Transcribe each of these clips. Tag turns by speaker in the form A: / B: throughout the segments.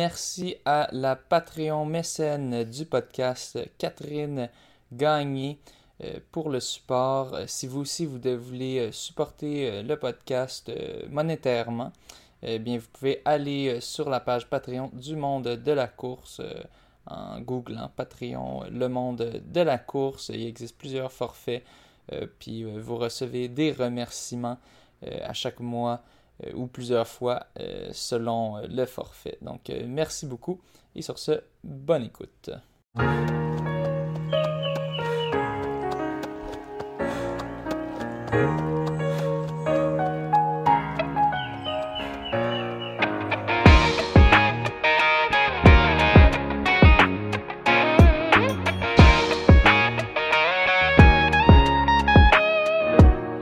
A: Merci à la Patreon mécène du podcast, Catherine Gagné, euh, pour le support. Euh, Si vous aussi vous de- voulez euh, supporter euh, le podcast euh, monétairement, eh bien, vous pouvez aller euh, sur la page Patreon du monde de la course euh, en googlant Patreon euh, le monde de la course. Il existe plusieurs forfaits, euh, puis euh, vous recevez des remerciements euh, à chaque mois euh, ou plusieurs fois euh, selon euh, le forfait. Donc, euh, merci beaucoup et sur ce, bonne écoute.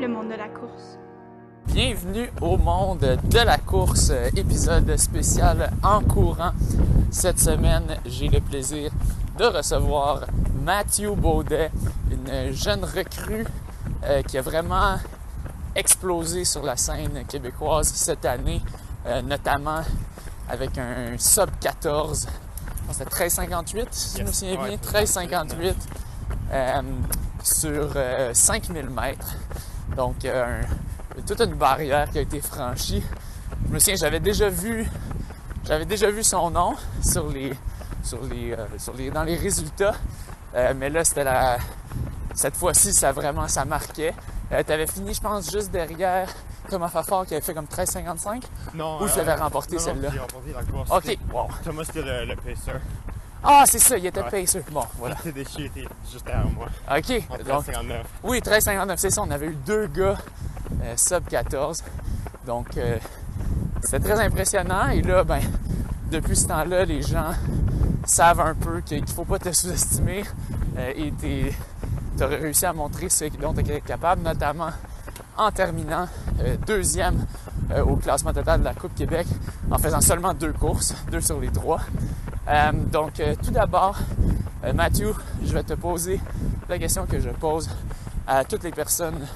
B: Le monde de la course.
A: Bienvenue au monde de la course, euh, épisode spécial en courant. Cette semaine, j'ai le plaisir de recevoir Mathieu Baudet, une jeune recrue euh, qui a vraiment explosé sur la scène québécoise cette année, euh, notamment avec un sub 14. Je pense que C'était 1358, si je me
C: Yes.
A: souviens bien,
C: Ouais,
A: 1358 euh, sur euh, 5000 mètres. Donc, euh, un- toute une barrière qui a été franchie. Je me souviens, j'avais déjà vu, j'avais déjà vu son nom sur les, sur les, euh, sur les, dans les résultats. Euh, mais là, c'était la, cette fois-ci, ça vraiment, ça marquait. tu avais fini, je pense, juste derrière Thomas Fafard qui avait fait comme 13,55.
C: Non, euh,
A: Ou je l'avais remporté,
C: non, non,
A: celle-là.
C: J'ai remporté la course.
A: OK,
C: C'était-
A: wow.
C: Thomas, c'était le, le pacer.
A: Ah, c'est ça, il était
C: Ouais.
A: pacer. Bon, voilà.
C: C'était déçu, il était juste derrière moi. En
A: OK, donc
C: 1359.
A: Oui, 13,59, c'est ça. On avait eu deux gars euh, sub 14. Donc, euh, c'était très impressionnant. Et là, ben, depuis ce temps-là, les gens savent un peu que- qu'il ne faut pas te sous-estimer. euh, et tu as réussi à montrer ce dont tu es capable, notamment en terminant euh, deuxième euh, au classement total de la Coupe Québec en faisant seulement deux courses, deux sur les trois. Euh, donc, euh, tout d'abord, euh, Mathieu, je vais te poser la question que je pose à toutes les personnes,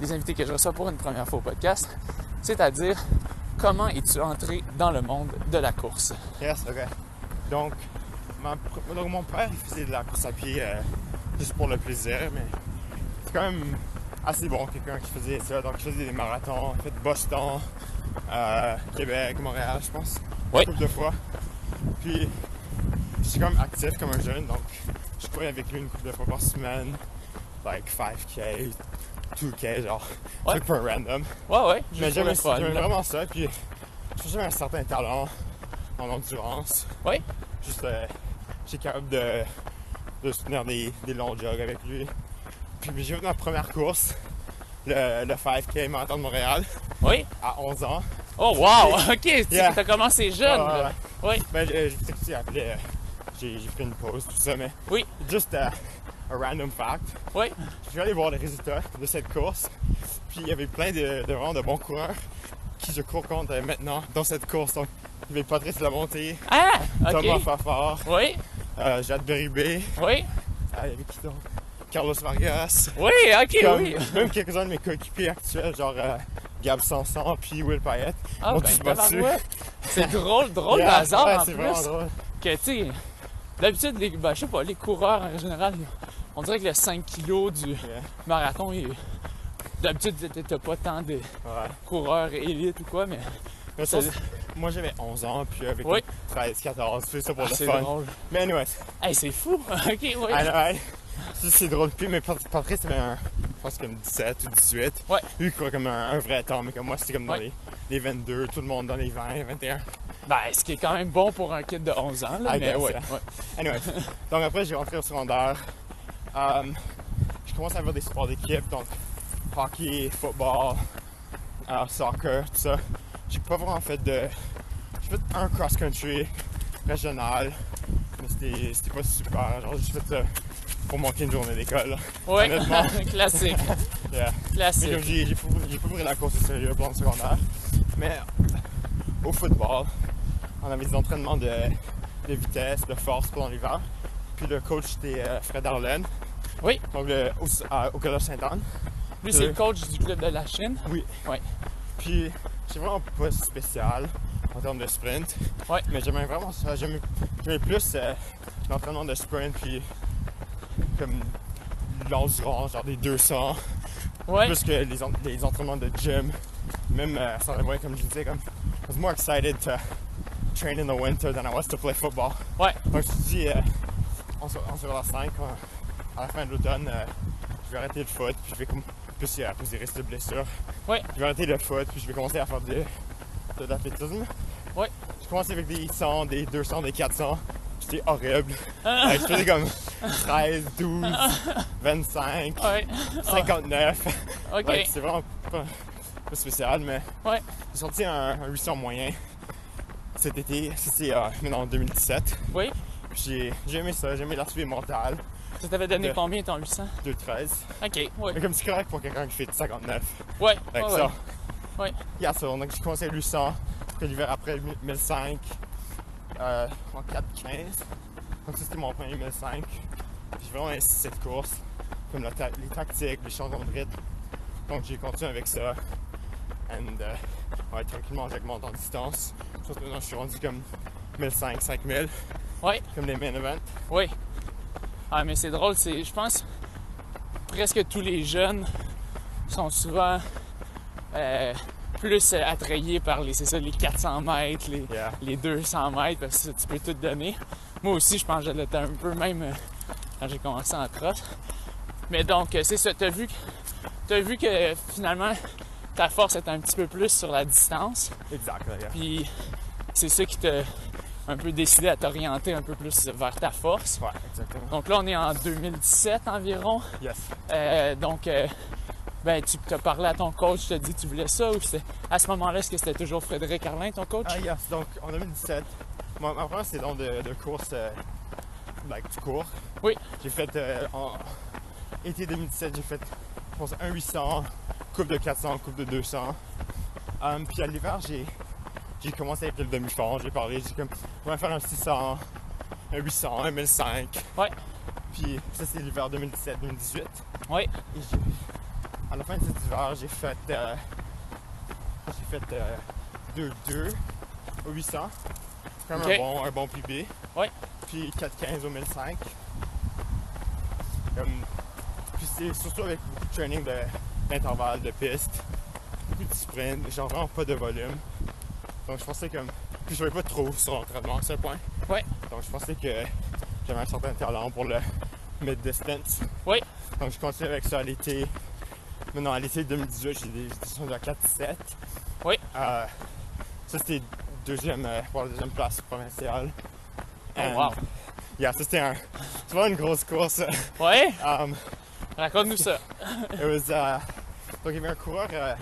A: les invités que je reçois pour une première fois au podcast, c'est-à-dire comment es-tu entré dans le monde de la course?
C: Yes, ok. Donc, ma pr- donc, mon père, il faisait de la course à pied euh, juste pour le plaisir, mais c'est quand même assez bon quelqu'un qui faisait ça. Donc, je faisais des marathons, j'ai fait Boston, euh, Québec, Montréal, je pense.
A: Oui.
C: Une couple de fois. Puis, je suis quand même actif comme un jeune, donc je courais avec lui une couple de fois par semaine, like 5K, 2K, genre,
A: Ouais.
C: un peu random.
A: Ouais, ouais,
C: Mais j'aimais ça, j'aimais vraiment ça, puis j'avais un certain talent en endurance.
A: Oui.
C: Juste, euh, j'étais capable de, de soutenir des, des longs jogs avec lui. Puis j'ai fait ma première course, le, le 5K Marathon de Montréal,
A: Oui?
C: à 11 ans.
A: Oh, wow! OK, tu
C: Yeah.
A: as commencé jeune. là. Oui.
C: Ben, je, je sais que tu appelais, euh, j'ai j'ai pris une pause, tout ça, mais
A: Oui,
C: juste euh, un random fact.
A: oui.
C: Je suis allé voir les résultats de cette course. Puis il y avait plein de, de vraiment de bons coureurs qui je cours contre euh, maintenant dans cette course. Donc, il y avait Patrice Lamontée,
A: Ah, OK.
C: Thomas Fafard,
A: Oui,
C: euh, Jade Berribé,
A: oui,
C: euh, il y avait qui d'autre? Carlos Vargas.
A: oui, OK,
C: Comme-
A: oui.
C: Même quelques-uns de mes coéquipiers actuels, genre euh, Gab Sanson puis Will Payette.
A: Ah,
C: on
A: ben,
C: se battu.
A: tabarouette. C'est drôle, drôle
C: Yeah,
A: Oh, hasard
C: ouais,
A: en
C: c'est
A: plus.
C: vraiment drôle.
A: que tu sais, d'habitude, les, ben, je sais pas, les coureurs en général, on dirait que le 5 kg du marathon, il- d'habitude, t'as- t'as pas tant de
C: Ouais.
A: coureurs élites ou quoi, mais
C: Mais ça, c'est- moi j'avais 11 ans, puis avec
A: Oui.
C: 13, 14, c'est ça pour
A: ah,
C: le
A: c'est
C: fun.
A: drôle.
C: Mais anyway,
A: Hey, c'est fou! ok, oui.
C: Ah non, ouais. Ça, c'est drôle. Puis, mais Pat- Patrice, c'était un, je pense comme 17 ou 18.
A: Ouais.
C: Lui, quoi, comme un, un vrai temps, mais comme moi, c'était comme dans
A: Ouais.
C: les, les 22, tout le monde dans les 20, 21.
A: Ben, ce qui est quand même bon pour un kid de 11 ans, là,
C: I
A: mais
C: guess,
A: ouais,
C: yeah.
A: ouais.
C: Anyway, donc après, j'ai rentré au secondaire. Um, je commence à avoir des sports d'équipe, donc hockey, football, euh, soccer, tout ça. J'ai pas vraiment fait de. J'ai fait un cross-country régional, mais c'était- c'était pas super. Genre, j'ai fait ça pour manquer une journée d'école.
A: Ouais,
C: Honnêtement.
A: classique,
C: Yeah. Mais comme
A: classique.
C: j'ai j'ai pas j'ai pas pris la course au sérieux pendant le secondaire. Mais au football, on avait des entraînements de, de vitesse, de force pendant l'hiver. Puis le coach c'était euh, Fred Arlen.
A: Oui.
C: Donc le, au, à- au Collège Sainte-Anne.
A: Lui, c'est le coach du club de la Chine.
C: Oui.
A: Ouais.
C: Puis j'ai vraiment pas spécial. en termes de sprint.
A: Ouais.
C: Mais j'aimais vraiment ça. J'aimais j'aimais plus euh, l'entraînement de sprint, puis comme l'endurance, genre des 200,
A: Ouais.
C: plus que les, en- les entraînements de gym. Même euh, ça enlèverait, comme je disais, comme. I was more excited to train in the winter than I was to play football.
A: Ouais.
C: Donc, je me suis dit, euh, en, sur- en secondaire 5, euh, à la fin de l'automne, euh, je vais arrêter le foot, puis je vais comme. Plus euh, à cause des risques de blessures.
A: Ouais.
C: Je vais arrêter le foot, puis je vais commencer à faire de, de l'athlétisme.
A: Ouais.
C: Je commençais avec des 100, des 200, des 400. J'étais horrible.
A: Ah.
C: Ouais, je faisais comme 13, 12, 25,
A: Ouais.
C: 59.
A: OK.
C: Ouais, c'est vraiment pas, pas spécial, mais
A: Ouais.
C: j'ai sorti un, un 800 moyen cet été. C'était euh, maintenant en 2017.
A: Oui.
C: Puis J'ai j'ai aimé ça, j'ai aimé l'aspect mental
A: Ça t'avait donné
C: De-
A: combien ton 800?
C: de 13.
A: OK. Ouais.
C: Mais comme c'est correct pour quelqu'un qui fait 59.
A: Ouais.
C: Fait que
A: Ah ouais,
C: ça.
A: ouais. Ouais.
C: Yeah, so, donc j'ai commencé à 800, après l'hiver après 1005, euh, en 4.15. Donc ça c'était mon premier 1005. Puis J'ai vraiment insisté cette course, comme la ta- les tactiques, les changements de rythme. Donc j'ai continué avec ça. And euh, ouais, tranquillement j'augmente en distance. Je pense que maintenant je suis rendu comme 1005, 5000,
A: Ouais.
C: comme les main events.
A: Oui. Ah, mais c'est drôle, c'est, je pense, presque tous les jeunes sont souvent euh, plus euh, attrayés par les, c'est ça, les 400 mètres, les,
C: Yeah.
A: les 200 mètres, parce que ça, tu peux tout donner. Moi aussi, je pense que je l'étais un peu, même euh, quand j'ai commencé en cross. Mais donc, euh, c'est ça, t'as vu, que- t'as vu que euh, finalement, ta force est un petit peu plus sur la distance,
C: Exactly, yeah.
A: puis c'est ça qui t'a un peu décidé à t'orienter un peu plus vers ta force.
C: Ouais, exactement.
A: Donc là, on est en 2017 environ.
C: Yes.
A: Euh, donc, euh, ben, tu as parlé à ton coach, tu t'as dit que tu voulais ça ou c'était à ce moment-là, est-ce que c'était toujours Frédéric Arlin, ton coach?
C: Ah, yes. Donc, en 2017, ma, ma première saison de, de course, euh, like, du cours.
A: Oui.
C: J'ai fait, euh, en été 2017, j'ai fait, je pense, un 800, coupe de 400, coupe de 200. Euh, puis à l'hiver, j'ai, j'ai commencé avec le demi-fond. J'ai parlé, j'ai comme, on va faire un 600, un 800, un 1005.
A: Ouais.
C: Puis ça, c'est l'hiver 2017-2018.
A: Oui,
C: Et j'ai- à la fin de cet hiver, j'ai fait, euh, j'ai fait euh, 2-2 au 800. C'est quand même
A: Ok.
C: un, bon, un bon PB.
A: Ouais.
C: Puis 4-15 au 1005. Comme, puis c'est surtout avec beaucoup de training de- d'intervalle, de, piste, beaucoup de sprint, genre vraiment pas de volume. Donc je pensais comme. Puis je jouais pas trop sur l'entraînement à ce point.
A: Ouais.
C: Donc je pensais que j'avais un certain talent pour le mid-distance.
A: oui,
C: Donc je continue avec ça à l'été. Maintenant à l'été 2018, j'ai des éditions de 4-7.
A: Oui.
C: Euh, ça c'était deuxième euh, pour la deuxième place provinciale.
A: Oh,
C: And-
A: wow.
C: Yeah, ça c'était un. C'est vraiment une grosse course.
A: oui,
C: Um,
A: raconte-nous ça.
C: it was, euh, donc il y avait un coureur. euh,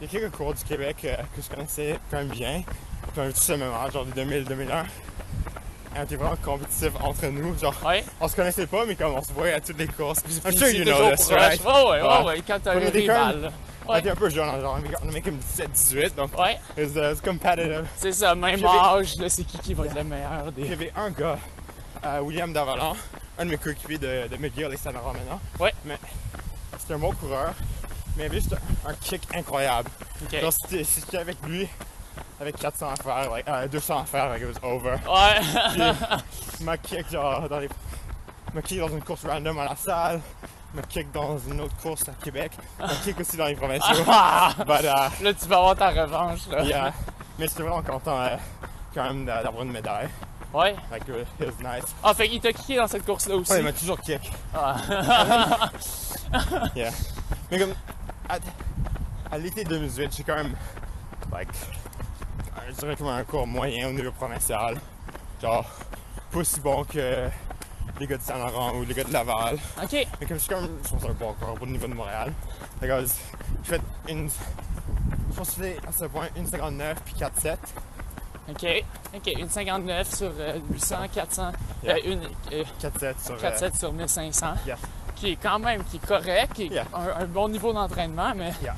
C: il y a quelques coureurs du Québec euh, que je connaissais quand même bien. Puis on avait tous le même âge, genre de 2000-2001. On était vraiment compétitifs entre nous. Genre,
A: Oui,
C: on se connaissait pas, mais comme on se voyait à toutes les courses. I'm
A: Puis
C: sure
A: c'est
C: you
A: toujours
C: know this,
A: proche.
C: right?
A: Ouais, ouais, ouais,
C: Ouais.
A: ouais, quand t'as
C: On
A: un
C: était quand même-
A: rival.
C: On
A: Ouais.
C: était un peu jeune, genre, on avait- on avait comme 17-18, donc
A: Oui,
C: it's, uh, it's competitive.
A: c'est ça, même
C: J'avais-
A: âge, là, c'est qui qui va être le meilleur
C: Il y
A: des...
C: avait un gars, euh, William Davalan, un de mes coéquipiers de, de McGill et Saint Laurent maintenant.
A: Ouais.
C: Mais c'était un bon coureur, mais il avait juste un, un kick incroyable.
A: OK.
C: Genre, si t'es- si j'étais avec lui, avec 400 à faire, like, euh, 200 à faire, like, it was over.
A: Ouais,
C: Puis, ma kick, genre, dans les. Ma kick dans une course random à la salle, ma kick dans une autre course à Québec, ma kick aussi dans les provinciaux.
A: Ah!
C: But, uh,
A: là, tu vas avoir ta revanche, là.
C: Yeah. Mais j'étais vraiment content euh, quand même d'a- d'avoir une médaille.
A: Ouais.
C: Like, it was- it was nice.
A: Ah, fait qu'il t'a kické dans cette course-là aussi.
C: Ouais, il m'a toujours kick.
A: Ah.
C: Yeah. Mais comme, à, à l'été 2018, j'ai quand même, like, un- je dirais comme un cours moyen au niveau provincial. Genre, pas aussi bon que les gars de Saint-Laurent ou les gars de Laval.
A: OK,
C: Mais comme je suis quand même, je pense, un bon corps au niveau de Montréal. Like, I was- j'ai fait une, je pense que je faisais à ce point 1,59 puis 4,7.
A: OK, OK. Une 59 sur euh, 800, 400...
C: Yeah.
A: euh, une euh,
C: 4,7 sur euh,
A: 4-7 sur 1500,
C: Yeah.
A: qui est quand même qui est correct, qui est
C: Yeah.
A: un, un bon niveau d'entraînement, mais
C: Yeah.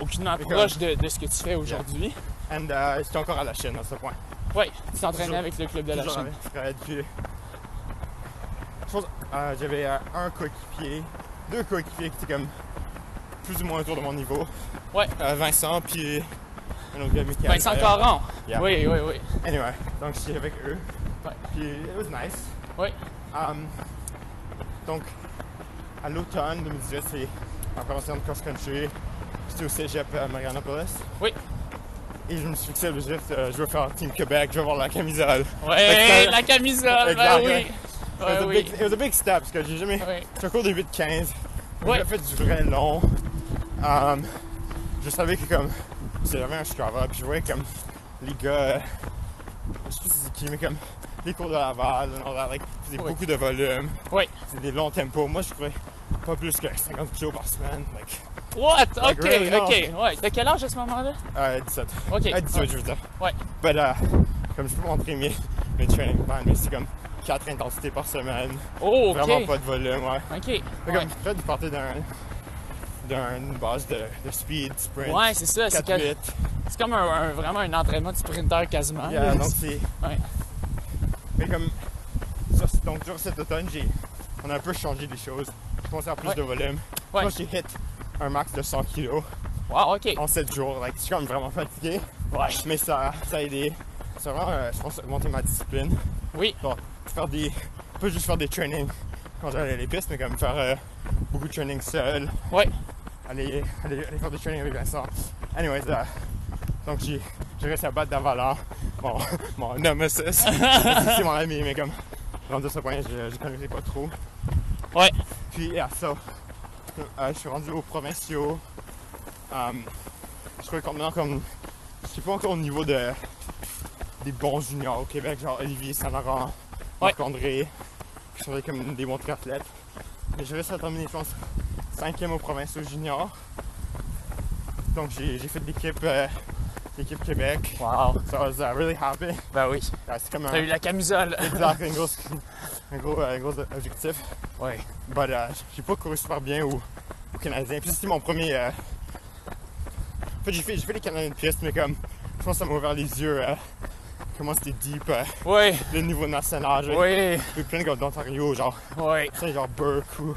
A: aucunement
C: Mais
A: proche de, de ce que tu fais aujourd'hui.
C: And euh, j'étais encore à la chaîne à ce point.
A: Oui, tu t'entraînais
C: Toujours-
A: avec le club de la
C: Toujours
A: chaîne.
C: avec Fred, puis- Je pense, euh, j'avais euh, un coéquipier, deux coéquipiers qui étaient comme plus ou moins autour de mon niveau.
A: Ouais.
C: Euh, Vincent puis un autre gars, Michael.
A: Vincent
C: d'ailleurs.
A: Caron.
C: Yeah.
A: Oui, oui, oui.
C: Anyway, donc j'étais avec eux.
A: Ouais.
C: Puis, it was nice.
A: Oui.
C: Um, donc, à l'automne 2018, c'est ma première saison de cross-country. J'étais au cégep à Marianopolis.
A: Oui.
C: Et je me suis fixé l'objectif, euh, je veux faire Team Québec, je veux avoir la camisole.
A: Ouais,
C: Exact.
A: la camisole, ben
C: Exact,
A: oui.
C: it, was
A: Ouais,
C: a
A: oui.
C: big, it was a big step, parce que j'ai jamais...
A: Ouais.
C: J'ai un cours de 8-15.
A: Ouais.
C: J'ai fait du vrai long. Um, je savais que comme... J'avais un Strava, puis je voyais comme les gars... euh, Je sais pas si c'est qui, mais comme les cours de Laval, le Nord like, faisaient
A: Oui.
C: beaucoup de volume.
A: Oui.
C: C'est des longs tempos. Moi, je courais pas plus que 50 kilos par semaine. Like,
A: What?
C: Like,
A: Ok,
C: really long.
A: ok. Ouais. De quel âge à ce moment-là?
C: euh, 17.
A: Ok.
C: Euh, 18, je veux dire.
A: Ouais.
C: Ben là, comme je peux montrer mes, mes training plans, ben, mais c'est comme 4 intensités par semaine.
A: Oh, ok.
C: Vraiment pas de volume, ouais.
A: Ok.
C: Fait
A: Ouais,
C: Comme, là, tu partais d'un, d'une base de, de speed, sprint.
A: Ouais, c'est ça. C'est
C: 4
A: que- c'est comme un, un- vraiment un entraînement de sprinter quasiment. là.
C: donc c'est.
A: Ouais.
C: Mais comme. sur- donc, durant cet automne, j'ai, on a un peu changé les choses. Je commençais à avoir plus
A: Ouais.
C: de volume.
A: Ouais.
C: Moi, j'ai hit un max de 100 kilos
A: Wow, ok.
C: en 7 jours. Like, je suis comme vraiment fatigué.
A: Ouais.
C: Mais ça, ça a aidé. C'est vraiment, euh, je pense, monter ma discipline.
A: Oui.
C: Bon, faire des. Pas juste faire des trainings quand j'allais à les pistes, mais comme faire euh, beaucoup de training seul.
A: Ouais.
C: Aller, aller, aller faire des trainings avec Vincent. Anyways, euh, donc j'ai, j'ai réussi à battre Davala, mon, mon nemesis. c'est mon ami, mais comme. Rendu à ce point, je ne connaissais pas trop.
A: Ouais.
C: Puis à ça, euh, je suis rendu aux provinciaux. Euh, je crois qu'on est comme. Je suis pas encore au niveau de, des bons juniors au Québec, genre Olivier Saint-Laurent, Marc-André, qui sont des- comme des bons triathlètes. Mais je reste à terminer, je pense, cinquième aux provinciaux juniors. Donc j'ai j'ai fait de l'équipe euh, l'équipe Québec.
A: Wow.
C: So I was uh, really happy.
A: Ben oui.
C: Yeah, C'est comme un,
A: T'as eu la camisole.
C: exact, un gros, un gros, un gros objectif.
A: Ouais.
C: Bah là, j'ai pas couru super bien au, au Canadien. Puis c'était mon premier. euh, En fait, j'ai fait, j'ai fait les Canadiens de piste, mais comme. Je pense que ça m'a ouvert les yeux. euh, Comment c'était deep, euh,
A: Oui.
C: le niveau national. J'ai
A: Oui.
C: j'ai eu plein de gars d'Ontario, genre,
A: Oui.
C: tu sais, genre Burke ou euh,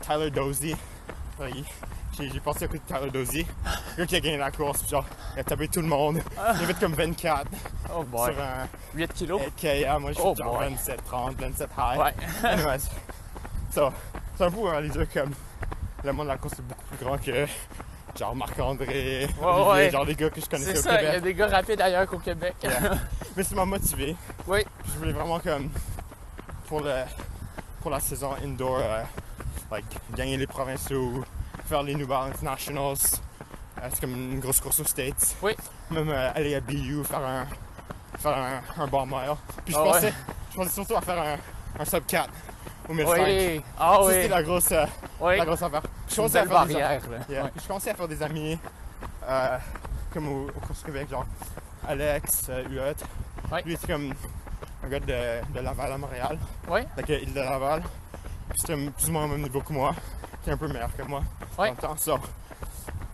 C: Tyler Dozy. Genre, il- J'ai j'ai passé à côté de Tyler Dozy, le gars qui a gagné la course, puis genre, il a tapé tout le monde. Il a fait comme 24
A: Oh boy.
C: sur un
A: 8 kilos.
C: 8K. Moi, je suis
A: Oh
C: genre
A: boy.
C: 27, 30, 27 high.
A: Ouais.
C: Anyways, ça, c'est un peu hein, les deux comme le monde de la course est beaucoup plus grand que genre Marc-André, Olivier,
A: ouais.
C: genre des gars que je connaissais
A: C'est
C: au
A: ça. Il y a
C: Québec.
A: des gars rapides ailleurs qu'au Québec.
C: Mais ça m'a motivé.
A: Oui.
C: Je voulais vraiment comme pour le pour la saison indoor, euh, like, gagner les provinciaux, faire les New Balance Nationals. Euh, c'est comme une grosse course aux States.
A: Oui.
C: Même euh, aller à BU, faire un faire un, un bon mile. Puis je
A: Ah ouais.
C: pensais, je pensais surtout à faire un, un sub 4 au 1500.
A: Oui. Ah
C: Ça,
A: oui.
C: C'était la grosse, euh,
A: Oui.
C: la grosse affaire. Je
A: Une
C: commençais à
A: belle
C: faire des am-
A: barrière. là.
C: Yeah.
A: Ouais.
C: Je commençais à faire des amis, euh, comme au, au course Québec, genre Alex, euh, Huot.
A: Ouais.
C: Lui, c'est comme un gars de, de Laval à Montréal.
A: Ouais.
C: Donc, euh, il est de Laval. Puis C'était plus ou moins au même niveau que moi. Qui est un peu meilleur que moi.
A: Ouais.
C: Dans le temps, so.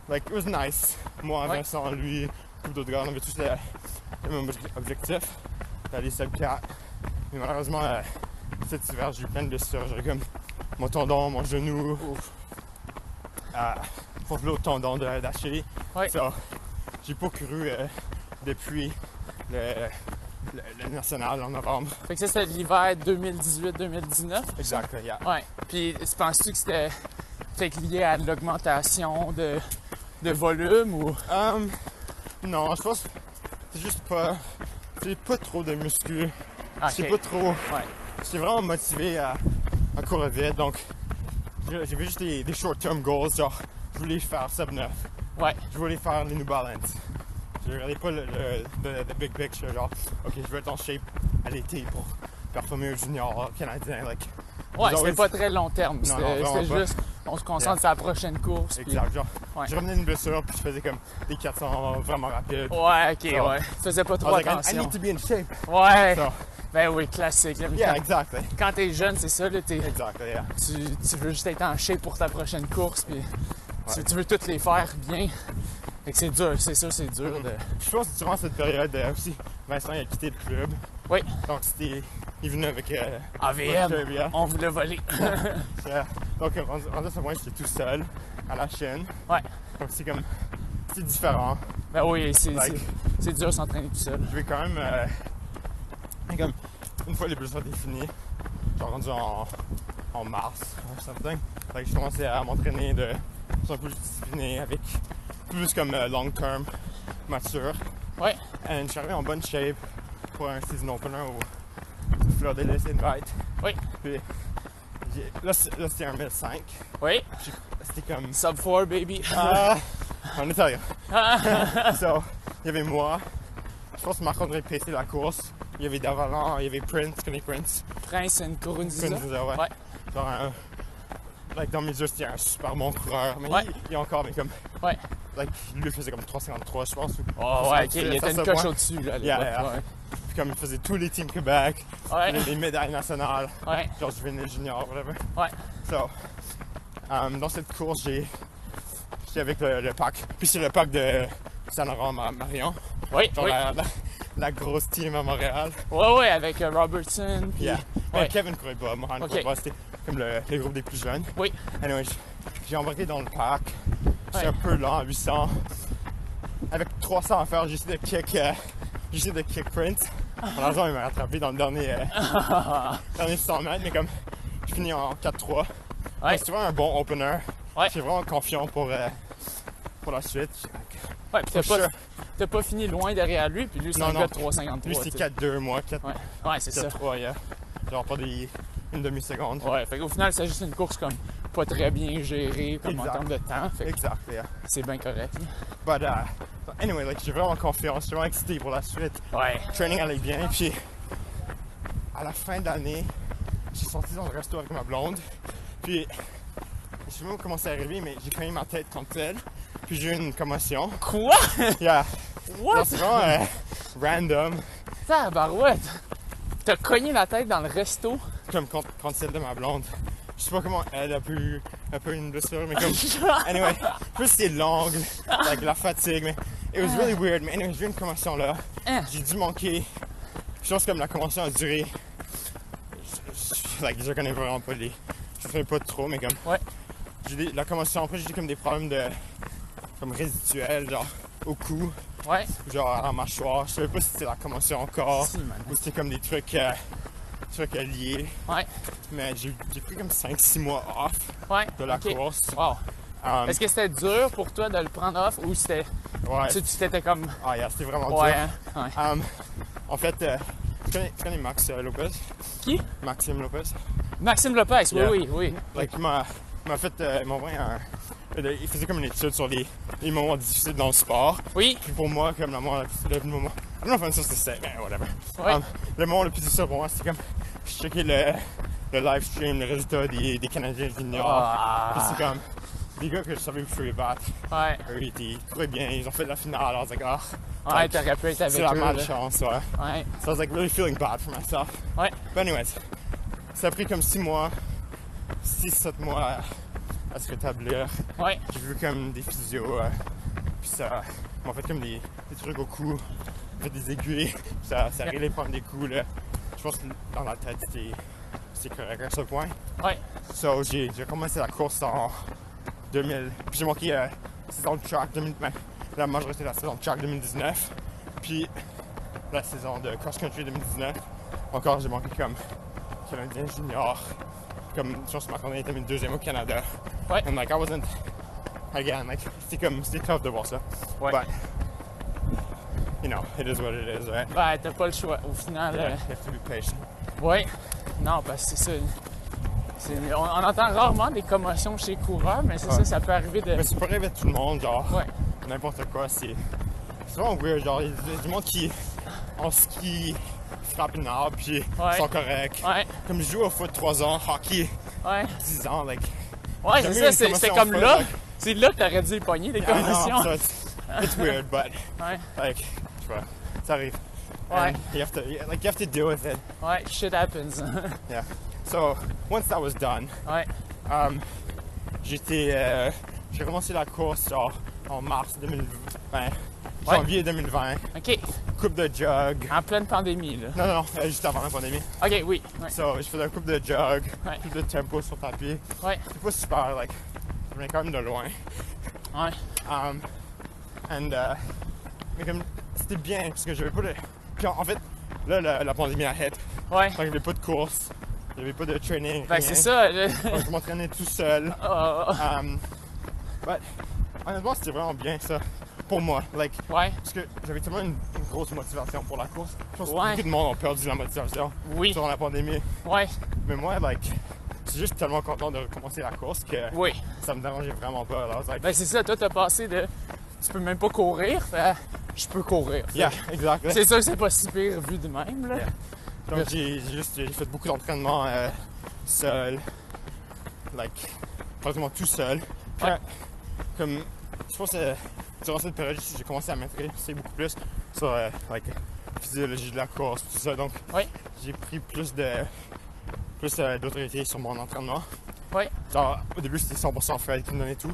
C: Like, it was nice. Moi,
A: Ouais.
C: Vincent, lui, beaucoup d'autres gars, on avait tous le, le même obje- objectif d'aller sub 4. Mais malheureusement, euh, cet hiver, j'ai eu plein de blessures. J'ai comme mon tendon, mon genou. Euh, pour l'autre tendon de- d'Achille.
A: Ouais.
C: So, j'ai pas couru euh, depuis le, le- le national en novembre.
A: Fait que ça, c'était l'hiver 2018-2019.
C: Exact, yeah.
A: Ouais. Puis, tu penses-tu que c'était peut-être lié à l'augmentation de, de volume ou.
C: Um, non, je pense que c'est juste pas. C'est pas trop de muscu.
A: Ah, ok.
C: C'est pas trop.
A: Ouais.
C: J'étais vraiment motivé à, à courir vite, donc je- j'avais juste des, des short-term goals, genre je voulais faire sub 9,
A: Ouais.
C: je voulais faire les New Balance. Je regardais pas le, le- le- le big picture, genre ok, je veux être en shape à l'été pour performer au junior canadien. Like,
A: Ouais,
C: Vous
A: c'était
C: avez-
A: pas très long terme.
C: Non, non,
A: C'était
C: vraiment
A: c'était
C: pas.
A: juste, on se concentre sur la prochaine course. puis-
C: exact, genre
A: Ouais.
C: je revenais d'une blessure puis je faisais comme des 400 vraiment rapides.
A: Ouais, ok,
C: Ça va. Ah,
A: ouais. Tu faisais pas
C: I
A: trop
C: was like, I, I
A: attention.
C: need to be in shape.
A: Ouais.
C: Ça.
A: Ben oui, classique. là.
C: Yeah, exactly.
A: Quand, quand t'es jeune, c'est ça, là, t'es-
C: Exactly, yeah.
A: tu, tu veux juste être en shape pour ta prochaine course, puis tu, tu veux toutes les faire bien. Fait que c'est dur, c'est sûr, c'est dur de.
C: Je pense que durant cette période euh, aussi, Vincent il a quitté le club.
A: Oui.
C: Donc c'était. Il venait avec. euh,
A: AVM,
C: Octavia.
A: on vous l'a volé.
C: Euh, donc, en à ce point, j'étais tout seul à la chaîne.
A: Ouais.
C: Donc, c'est comme. c'est différent.
A: Ben oui, c'est
C: Like,
A: c'est- c'est dur de s'entraîner tout seul.
C: je vais quand même. euh, comme une fois les blessures définies, je suis rendu en, en mars ou something. Fait que j'ai commencé à m'entraîner de façon plus disciplinée avec plus comme euh, long term mature.
A: Ouais.
C: Et je suis arrivé en bonne shape pour un season opener au Fleur de l'Est Invite.
A: Oui.
C: Puis j'ai- là, c'est- là, c'était un 1005.
A: Oui,
C: C'était comme.
A: sub 4, baby.
C: Ah, en Italie.
A: Ah,
C: So, il y avait moi. Je pense que Marc-André PC la course. Il y avait Davalan, il y avait Prince, tu connais Prince.
A: Prince and Kurunziza.
C: Prince, ouais.
A: Ouais.
C: Genre un- like, dans mes yeux, c'était un super bon coureur. Mais
A: Ouais.
C: il, il est encore, mais comme.
A: Ouais.
C: Like, lui, il faisait comme 353, je pense. ou-
A: Oh, ouais, ok, il y
C: Ça
A: a
C: se
A: une coche
C: voit.
A: au-dessus, là. là.
C: Yeah,
A: ouais,
C: yeah. Puis comme il faisait tous les teams Québec,
A: ouais.
C: les, les médailles nationales,
A: Ouais,
C: genre juvénile junior, whatever.
A: ouais,
C: So, um, dans cette course, j'ai. J'étais avec le, le pack. Puis c'est le pack de Saint-Laurent Ma- Marion.
A: oui,
C: Genre
A: oui,
C: la, la- la grosse team à Montréal.
A: ouais, ouais, avec euh, Robertson, puis
C: Yeah.
A: Ouais.
C: Ouais, Kevin courait pas, Mohan
A: Ok.
C: courait pas, c'était comme le, le groupe des plus jeunes.
A: oui,
C: Anyway, j- j'ai embarqué dans le parc. J'étais
A: Ouais.
C: un peu lent, à 800. Avec 300 à faire, j'ai essayé de kick, euh, j'ai essayé de kick Prince. Malheureusement, il m'a rattrapé dans le dernier, euh, dernier 100 mètres, mais comme je finis en 4-3.
A: ouais,
C: C'est vraiment un bon opener.
A: Ouais.
C: Je suis vraiment confiant pour, euh, pour la suite.
A: ouais, puis t'as
C: For
A: pas,
C: sure.
A: t'as pas fini loin derrière lui, puis lui, c'est
C: Non,
A: un
C: non.
A: gars de 353.
C: Lui, c'est
A: tu sais.
C: 4-2, moi 4
A: Ouais, ouais c'est ça.
C: 4-3, yeah. Genre pas des, une demi-seconde.
A: Ouais, fait qu'au final, c'est juste une course comme pas très bien gérée, comme
C: Exact.
A: en termes de temps, fait que
C: Exact, yeah.
A: c'est bien correct.
C: But uh, anyway, like, j'ai vraiment confiance, je suis vraiment excité pour la suite.
A: Ouais,
C: Le training allait bien, puis à la fin de l'année, j'ai sorti dans le resto avec ma blonde, puis je sais même comment c'est arrivé, mais j'ai cogné ma tête comme telle, puis j'ai eu une commotion.
A: quoi?
C: Yeah,
A: What?
C: c'est vraiment euh, random,
A: Tabarouette! T'as cogné la tête dans le resto?
C: comme contre, contre celle de ma blonde. Je sais pas comment elle a pu, a pu une blessure, mais comme. Anyway, plus c'est l'angle, like, la fatigue, mais. It was really weird, mais anyway, j'ai eu une commotion là.
A: Hein?
C: J'ai dû manquer. Je pense comme la convention a duré. Je, je- like, je connais vraiment pas les. Je connais pas trop, mais comme.
A: Ouais.
C: J'ai des- la convention, après, j'ai eu comme des problèmes de. comme résiduels, genre au cou,
A: Ouais.
C: genre à la mâchoire. Je savais pas si c'était la convention encore
A: Si, man.
C: ou c'était comme des trucs. euh, trucs euh, liés.
A: Ouais,
C: Mais j'ai j'ai pris comme 5-6 mois off
A: ouais.
C: de la
A: ok.
C: course.
A: Wow.
C: Um,
A: Est-ce que c'était dur pour toi de le prendre off ou c'était.
C: ouais.
A: Tu tu t'étais comme.
C: Ah, yeah, c'était vraiment
A: Ouais,
C: dur.
A: hein, ouais.
C: Um, en fait, euh, tu, connais, tu connais Max euh, Lopez?
A: Qui?
C: Maxime Lopez.
A: Maxime Lopez, oui,
C: Yeah.
A: oui, oui.
C: Like, il m'a il m'a fait, euh, il m'a envoyé un... Il faisait comme une étude sur les, les moments difficiles dans le sport.
A: Oui,
C: Puis pour moi, comme le moment, le moment... I don't know if I'm supposed to say, mais whatever.
A: Ouais.
C: Um, le moment le plus difficile pour moi, c'était comme... Je checkais le, le live stream, le résultat des, des Canadiens juniors.
A: Ah.
C: Puis c'est comme... Des gars que je savais que je pouvais battre,
A: ouais.
C: eux, ils étaient très bien. Ils ont fait la finale à leurs égards.
A: Ouais,
C: Donc,
A: t'aurais pu être avec
C: C'est la
A: eux, là.
C: malchance, ouais.
A: Ouais,
C: So I was like really feeling bad for myself.
A: ouais,
C: But anyways, ça a pris comme 6 mois, 6-7 mois à, à se rétablir.
A: ouais.
C: J'ai vu comme des physios, euh, puis ça m'a fait comme des, des trucs au cou, fait des aiguilles, ça, ça réglait prendre des coups là. Je pense que dans la tête c'était c'était correct à ce point.
A: Ouais.
C: So j'ai j'ai commencé la course en 2000, puis j'ai manqué euh, saison de track, 2000, ben, la majorité de la saison de track 2019, puis la saison de cross-country 2019. Encore j'ai manqué comme Canadien junior, comme je pense que Marc-André était deuxième au Canada.
A: Ouais.
C: And like I wasn't again, like, c'était comme, c'était tough de voir ça.
A: Ouais.
C: But, you know, it is what it is, right?
A: Ben, t'as pas le choix. Au final,
C: You have to be patient.
A: euh, ouais. Non, parce que c'est ça. c'est- On, on entend rarement des commotions chez les coureurs, mais c'est
C: Ouais.
A: ça, ça peut arriver de.
C: Mais c'est pas avec tout le monde, genre,
A: Ouais.
C: n'importe quoi, c'est c'est vraiment weird, genre, il y a du monde qui, en ski, frappe une arbre, puis
A: Ouais.
C: ils sont corrects.
A: Ouais,
C: Comme je joue au foot 3 ans, hockey
A: ouais.
C: 10 ans, like,
A: Ouais,
C: Jamais
A: c'est
C: eu
A: ça,
C: une
A: c'est- c'était
C: commotion
A: comme
C: folle,
A: là.
C: like-
A: C'est là que t'aurais dû les pogner, des
C: I know,
A: commotions.
C: so it's, it's weird, but,
A: Ouais,
C: like, je sais pas, ça arrive.
A: Ouais.
C: And You have to, yeah, like, you have to deal with it.
A: ouais, shit happens.
C: Yeah. So, once that was done,
A: ouais,
C: Um, j'étais. euh, j'ai commencé la course genre, en mars 2020.
A: Ouais.
C: Janvier 2020.
A: ok.
C: Coupe de jog.
A: En pleine pandémie, là.
C: Non, non, non, euh, juste avant la pandémie.
A: Ok, oui. Ouais,
C: So, je faisais un coupe de jog,
A: Ouais.
C: coupe de tempo sur tapis.
A: ouais,
C: C'était pas super, like, je venais quand même de loin.
A: ouais.
C: Um, And, euh, mais comme, c'était bien, parce que j'avais pas de. puis en en fait, là, la, la pandémie arrête.
A: Ouais.
C: Donc, j'avais pas de course, j'avais pas de training.
A: Fait que Ben,
C: rien.
A: c'est ça. le-
C: Donc, je m'entraînais tout seul.
A: Ah, ah,
C: Um, but, honnêtement, c'était vraiment bien, ça, pour moi. Like,
A: ah. ouais.
C: parce que j'avais tellement une, une grosse motivation pour la course. Je pense
A: Ouais.
C: que beaucoup de monde ont perdu la motivation
A: Oui.
C: durant la pandémie.
A: Ouais.
C: Mais moi, like, je suis juste tellement content de recommencer la course que
A: Oui.
C: ça me dérangeait vraiment pas. Alors, I was like,
A: Ben c'est ça, toi t'as passé de tu peux même pas courir, fait je peux courir.
C: yeah, exactly.
A: C'est sûr que c'est pas si pire vu de même là.
C: Yeah. Donc, j'ai j'ai juste j'ai fait beaucoup d'entraînement euh, seul, like, pratiquement tout seul. Puis,
A: Ouais.
C: euh, comme, je pense que euh, durant cette période, j'ai commencé à m'intéresser beaucoup plus sur euh, like, la physiologie de la course, tout ça. Donc,
A: Ouais.
C: j'ai pris plus de plus euh, d'autorité sur mon entraînement.
A: Ouais.
C: Genre, au début, c'était 100% Fred qui me donnait tout.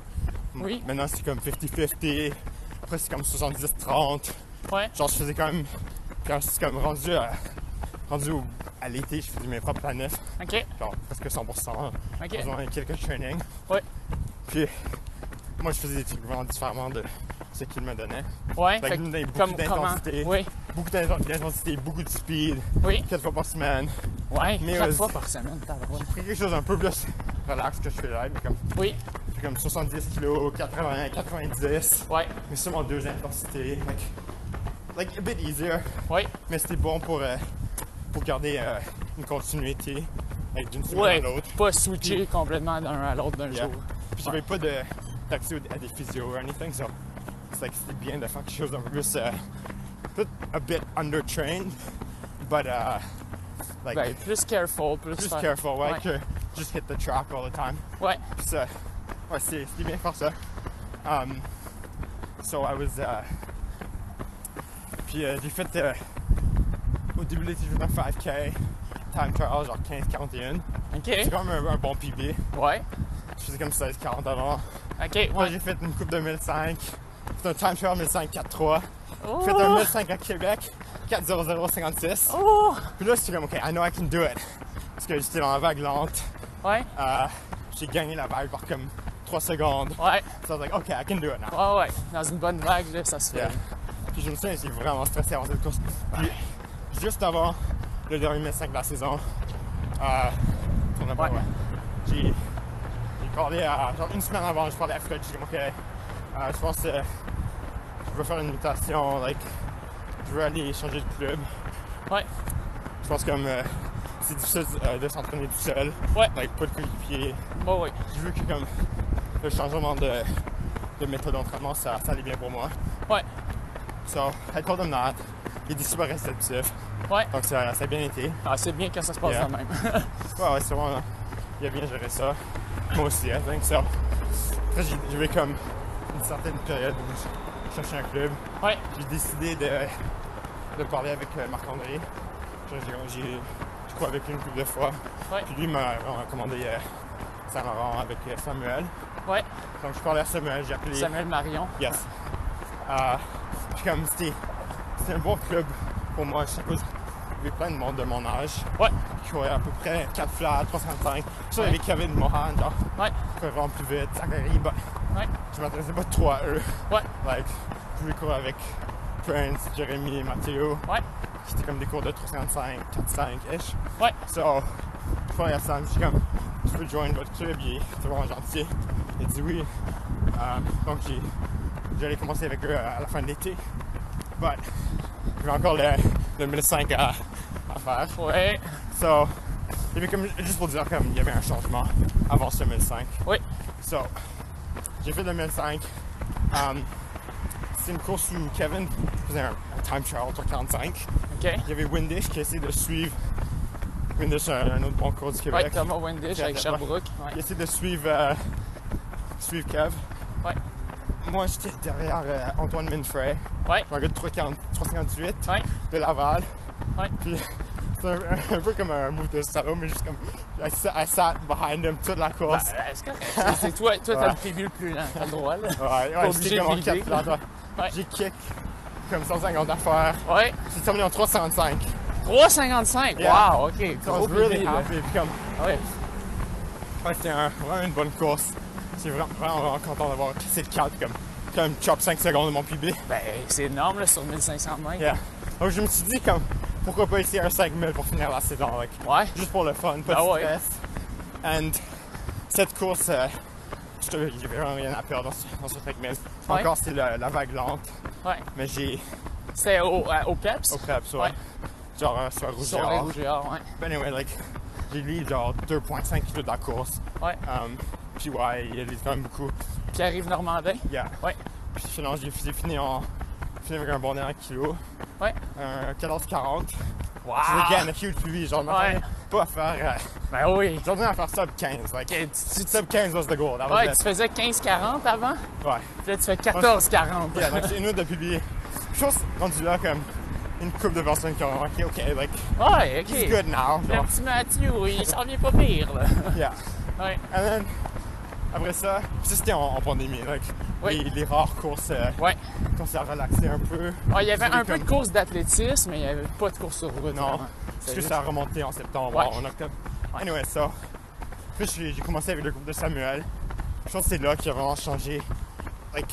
A: Oui.
C: Maintenant, c'est comme 50-50. Après, c'est comme 70-30.
A: Ouais.
C: Genre, je faisais quand même. Quand je suis comme rendu à, rendu au- à l'été, je faisais mes propres planifs.
A: OK.
C: Genre, presque 100%.
A: OK.
C: Faisant hein. quelques trainings.
A: Ouais.
C: Puis, moi, je faisais des trucs vraiment différements de ce qu'ils me donnaient.
A: Ouais,
C: Fait
A: fait
C: que
A: que
C: nous, on a beaucoup
A: comme comment
C: d'intensité.
A: Oui.
C: Beaucoup d'inten- d'intensité, beaucoup de speed,
A: Oui.
C: 4 fois par semaine.
A: Ouais,
C: Mais,
A: quatre
C: euh,
A: fois par semaine, t'as le droit.
C: J'ai pris quelque chose un peu plus relax que je fais là, mais comme,
A: Oui.
C: j'ai comme 70 kg, 80, 90.
A: Ouais.
C: Mais seulement deux intensités. Like, like a bit easier.
A: Ouais.
C: Mais c'était bon pour, euh, pour garder euh, une continuité like, d'une semaine
A: Ouais.
C: à l'autre.
A: Pas switcher complètement d'un à l'autre d'un
C: Yeah.
A: jour.
C: Puis j'avais pas de- d'accès au- à des physios ou anything, so it's like, c'était bien de faire quelque chose d'un peu plus. euh, peut-être a bit undertrained, but uh, like,
A: Ben, plus careful, plus
C: just
A: faire-
C: careful, ouais,
A: ouais.
C: que just hit the track all the time.
A: Ouais.
C: Puis ça, ouais, c'est- c'était bien faire ça. Um, so I was. uh, puis euh, j'ai fait. euh, au début de l'été, j'ai fait un 5K, time trial, genre 15-41.
A: OK.
C: C'est quand même un, un bon PB.
A: Ouais.
C: Je faisais comme 16-40 avant.
A: OK,
C: Moi,
A: ouais.
C: j'ai fait une coupe de 1005. J'ai fait un time trial 1005 4-3. J'ai fait un
A: Oh!
C: 1005 à Québec, 4-0-0-56.
A: Oh!
C: Puis là, j'étais comme, OK, I know I can do it. Parce que j'étais dans la vague lente.
A: Ouais.
C: Euh, j'ai gagné la vague par comme 3 secondes.
A: Ouais.
C: So I was like, OK, I can do it now.
A: Ouais, ouais. Dans une bonne vague, là, ça se fait.
C: Yeah. Puis je me souviens, j'étais vraiment stressé avant cette course. Puis juste avant le dernier 1005 de la saison, euh, on a pas,
A: Ouais.
C: ouais. J'ai, j'ai parlé à, genre une semaine avant, je parlais à Fred, j'ai dit, ok, euh, je pense que je veux faire une mutation, like, je veux aller changer de club.
A: Ouais.
C: Je pense comme euh, c'est difficile euh, de s'entraîner tout seul,
A: Ouais.
C: avec pas de coéquipier.
A: Bon, oui.
C: Je veux que comme le changement de, de méthode d'entraînement, ça, ça allait bien pour moi.
A: Ouais.
C: So, I told him that. Il était super réceptif.
A: Ouais.
C: Donc, ça, ça a bien été.
A: Ah, c'est bien quand ça se passe
C: Yeah.
A: de même.
C: Ouais, ouais, c'est vraiment. Il a bien géré ça. Moi aussi, hein, I think so. Après, j'ai j'ai eu comme une certaine période où je cherchais un club.
A: ouais.
C: J'ai décidé de, de parler avec euh, Marc-André. J'ai, j'ai, j'ai- je crois, avec lui une couple de fois.
A: Ouais.
C: Puis lui m'a recommandé euh, Saint-Laurent avec euh, Samuel.
A: Ouais.
C: Donc, je parlais à Samuel, j'ai appelé.
A: Samuel Marion.
C: Yes. Euh, puis comme c'était, c'était un bon club pour moi, je sais pas, il y avait plein de monde de mon âge
A: Ouais.
C: qui courait à peu près 4 flats, 305. Je sais, il y avait Kevin Mohan, genre,
A: Ouais.
C: qui courait vraiment plus vite, Zachary, bah,
A: Ouais.
C: je m'intéressais pas trop à eux.
A: Ouais.
C: Like, je voulais courir avec Prince, Jeremy, Mathéo,
A: Ouais.
C: c'était comme des cours de 305, 405-ish.
A: Ouais.
C: So, je parlais à Sam, je suis comme, tu peux joindre votre club, il est c'est vraiment gentil. Il dit oui. Euh, donc, j'ai- j'allais commencer avec eux à la fin de l'été. uh, But, j'ai encore le, le 1005 à, à faire.
A: Ouais.
C: uh, So, et puis comme, juste pour dire, comme, il y avait un changement avant ce 1005.
A: Oui.
C: So, j'ai fait le 1005. Um, c'est une course où Kevin faisait un, un time trial 345.
A: OK.
C: Il y avait Windish qui essayait de suivre. Windish, un, un autre bon cours du Québec.
A: Ouais, Thomas Wendish avec
C: Ouais.
A: Sherbrooke. Ouais.
C: Il essayait de suivre, euh, suivre Kev.
A: Ouais.
C: Moi, j'étais derrière euh, Antoine Minfray,
A: Ouais.
C: un gars de 340 358
A: Ouais.
C: de Laval.
A: Ouais.
C: Puis c'est un, un peu comme un move de salaud, mais juste comme. I sat, I sat behind him toute la
A: Bah,
C: course.
A: c'est correct. C'est- C'est toi, toi, t'as
C: Ouais.
A: le PV le plus lent. T'as le droit, là.
C: ouais, ouais,
A: Bah, obligé
C: j'étais comme en
A: de vider.
C: 4 là,
A: Ouais.
C: J'ai kick comme 150 affaires.
A: Ouais.
C: J'ai terminé en 355.
A: 3,55.
C: Yeah.
A: Wow. OK.
C: So I
A: Gros
C: was really
A: PV, là.
C: happy. Puis comme,
A: Ouais.
C: ouais, c'était un- vraiment une bonne course. J'étais vraiment, vraiment, vraiment content d'avoir cette 4 comme comme chop 5 secondes de mon PB.
A: Ben, c'est énorme, là, sur 1500 mètres.
C: Yeah. Donc je me suis dit comme pourquoi pas essayer un 5000 pour finir la saison. like,
A: Ouais.
C: juste pour le fun, pas
A: Ah
C: de
A: ouais.
C: stress. And cette course, euh, je te- j'ai vraiment rien à perdre dans ce, dans ce 5000.
A: Ouais.
C: Encore c'est la, la vague lente,
A: Ouais.
C: mais j'ai
A: C'était au, à- au PEPS.
C: au prep soit
A: Ouais.
C: genre un soit rouge
A: sur les
C: dehors.
A: rouges et or, ouais.
C: But anyway, like, j'ai lu genre 2.5 kg de la course.
A: Ouais.
C: Um, puis ouais, il y a des- quand même beaucoup.
A: Pierre-Yves Normandin.
C: Yeah.
A: Ouais.
C: Puis finalement, j'ai j'ai fini en fini avec un bon dernier kilo.
A: Ouais.
C: Un 14,40.
A: Wow!
C: C'est again a huge PB. Genre, je m'attendais
A: Ah! Ouais.
C: pas à faire. euh,
A: Ben oui.
C: je m'attendais à faire sub 15. Like,
A: Que tu- tu-
C: sub 15 was the goal. That was
A: ouais,
C: it.
A: tu faisais 15-40 avant,
C: Ouais.
A: puis là tu fais 14-40.
C: Yeah, donc c'est une autre de publier. Je pense rendu là comme une couple de personnes qui ont remarqué, ok, like,
A: Ouais,
C: it's
A: ok.
C: good now.
A: Le
C: Genre,
A: petit Mathieu, il s'en vient pas pire, là.
C: yeah.
A: Ouais,
C: And then, après ça, puis ça c'était en, en pandémie, like,
A: Oui.
C: les, les rares courses, euh,
A: ouais.
C: qu'on s'est relaxé un peu.
A: Ouais, il y avait
C: C'était
A: un peu de
C: comme-
A: course d'athlétisme, mais il n'y avait pas de course sur route.
C: Non,
A: vraiment.
C: parce
A: C'est
C: que
A: juste-
C: ça a remonté en septembre,
A: Ouais.
C: en octobre.
A: Ouais.
C: Anyway, ça. Puis j'ai j'ai commencé avec le groupe de Samuel. Je pense que c'est là qui a vraiment changé. Like,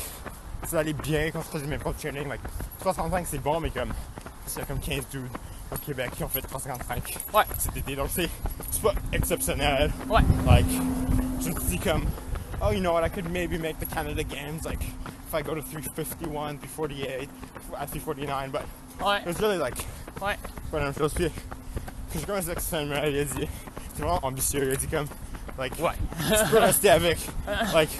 C: ça allait bien quand je faisais mes propres trainings. Like, 355 c'est bon, mais comme, c'est comme 15 dudes au Québec qui ont fait 355
A: Ouais.
C: cet été. Donc c'est c'est pas exceptionnel.
A: Ouais.
C: Like, je me suis dit comme, oh, you know what, I could maybe make the Canada Games, like, if I go to 351, 348, at 349, but
A: Ouais,
C: it was really like,
A: ouais.
C: pas la même chose. Puis, quand j'ai commencé avec Samuel, il a dit, c'est vraiment ambitieux, il a dit comme, like,
A: Ouais.
C: tu peux rester avec, like,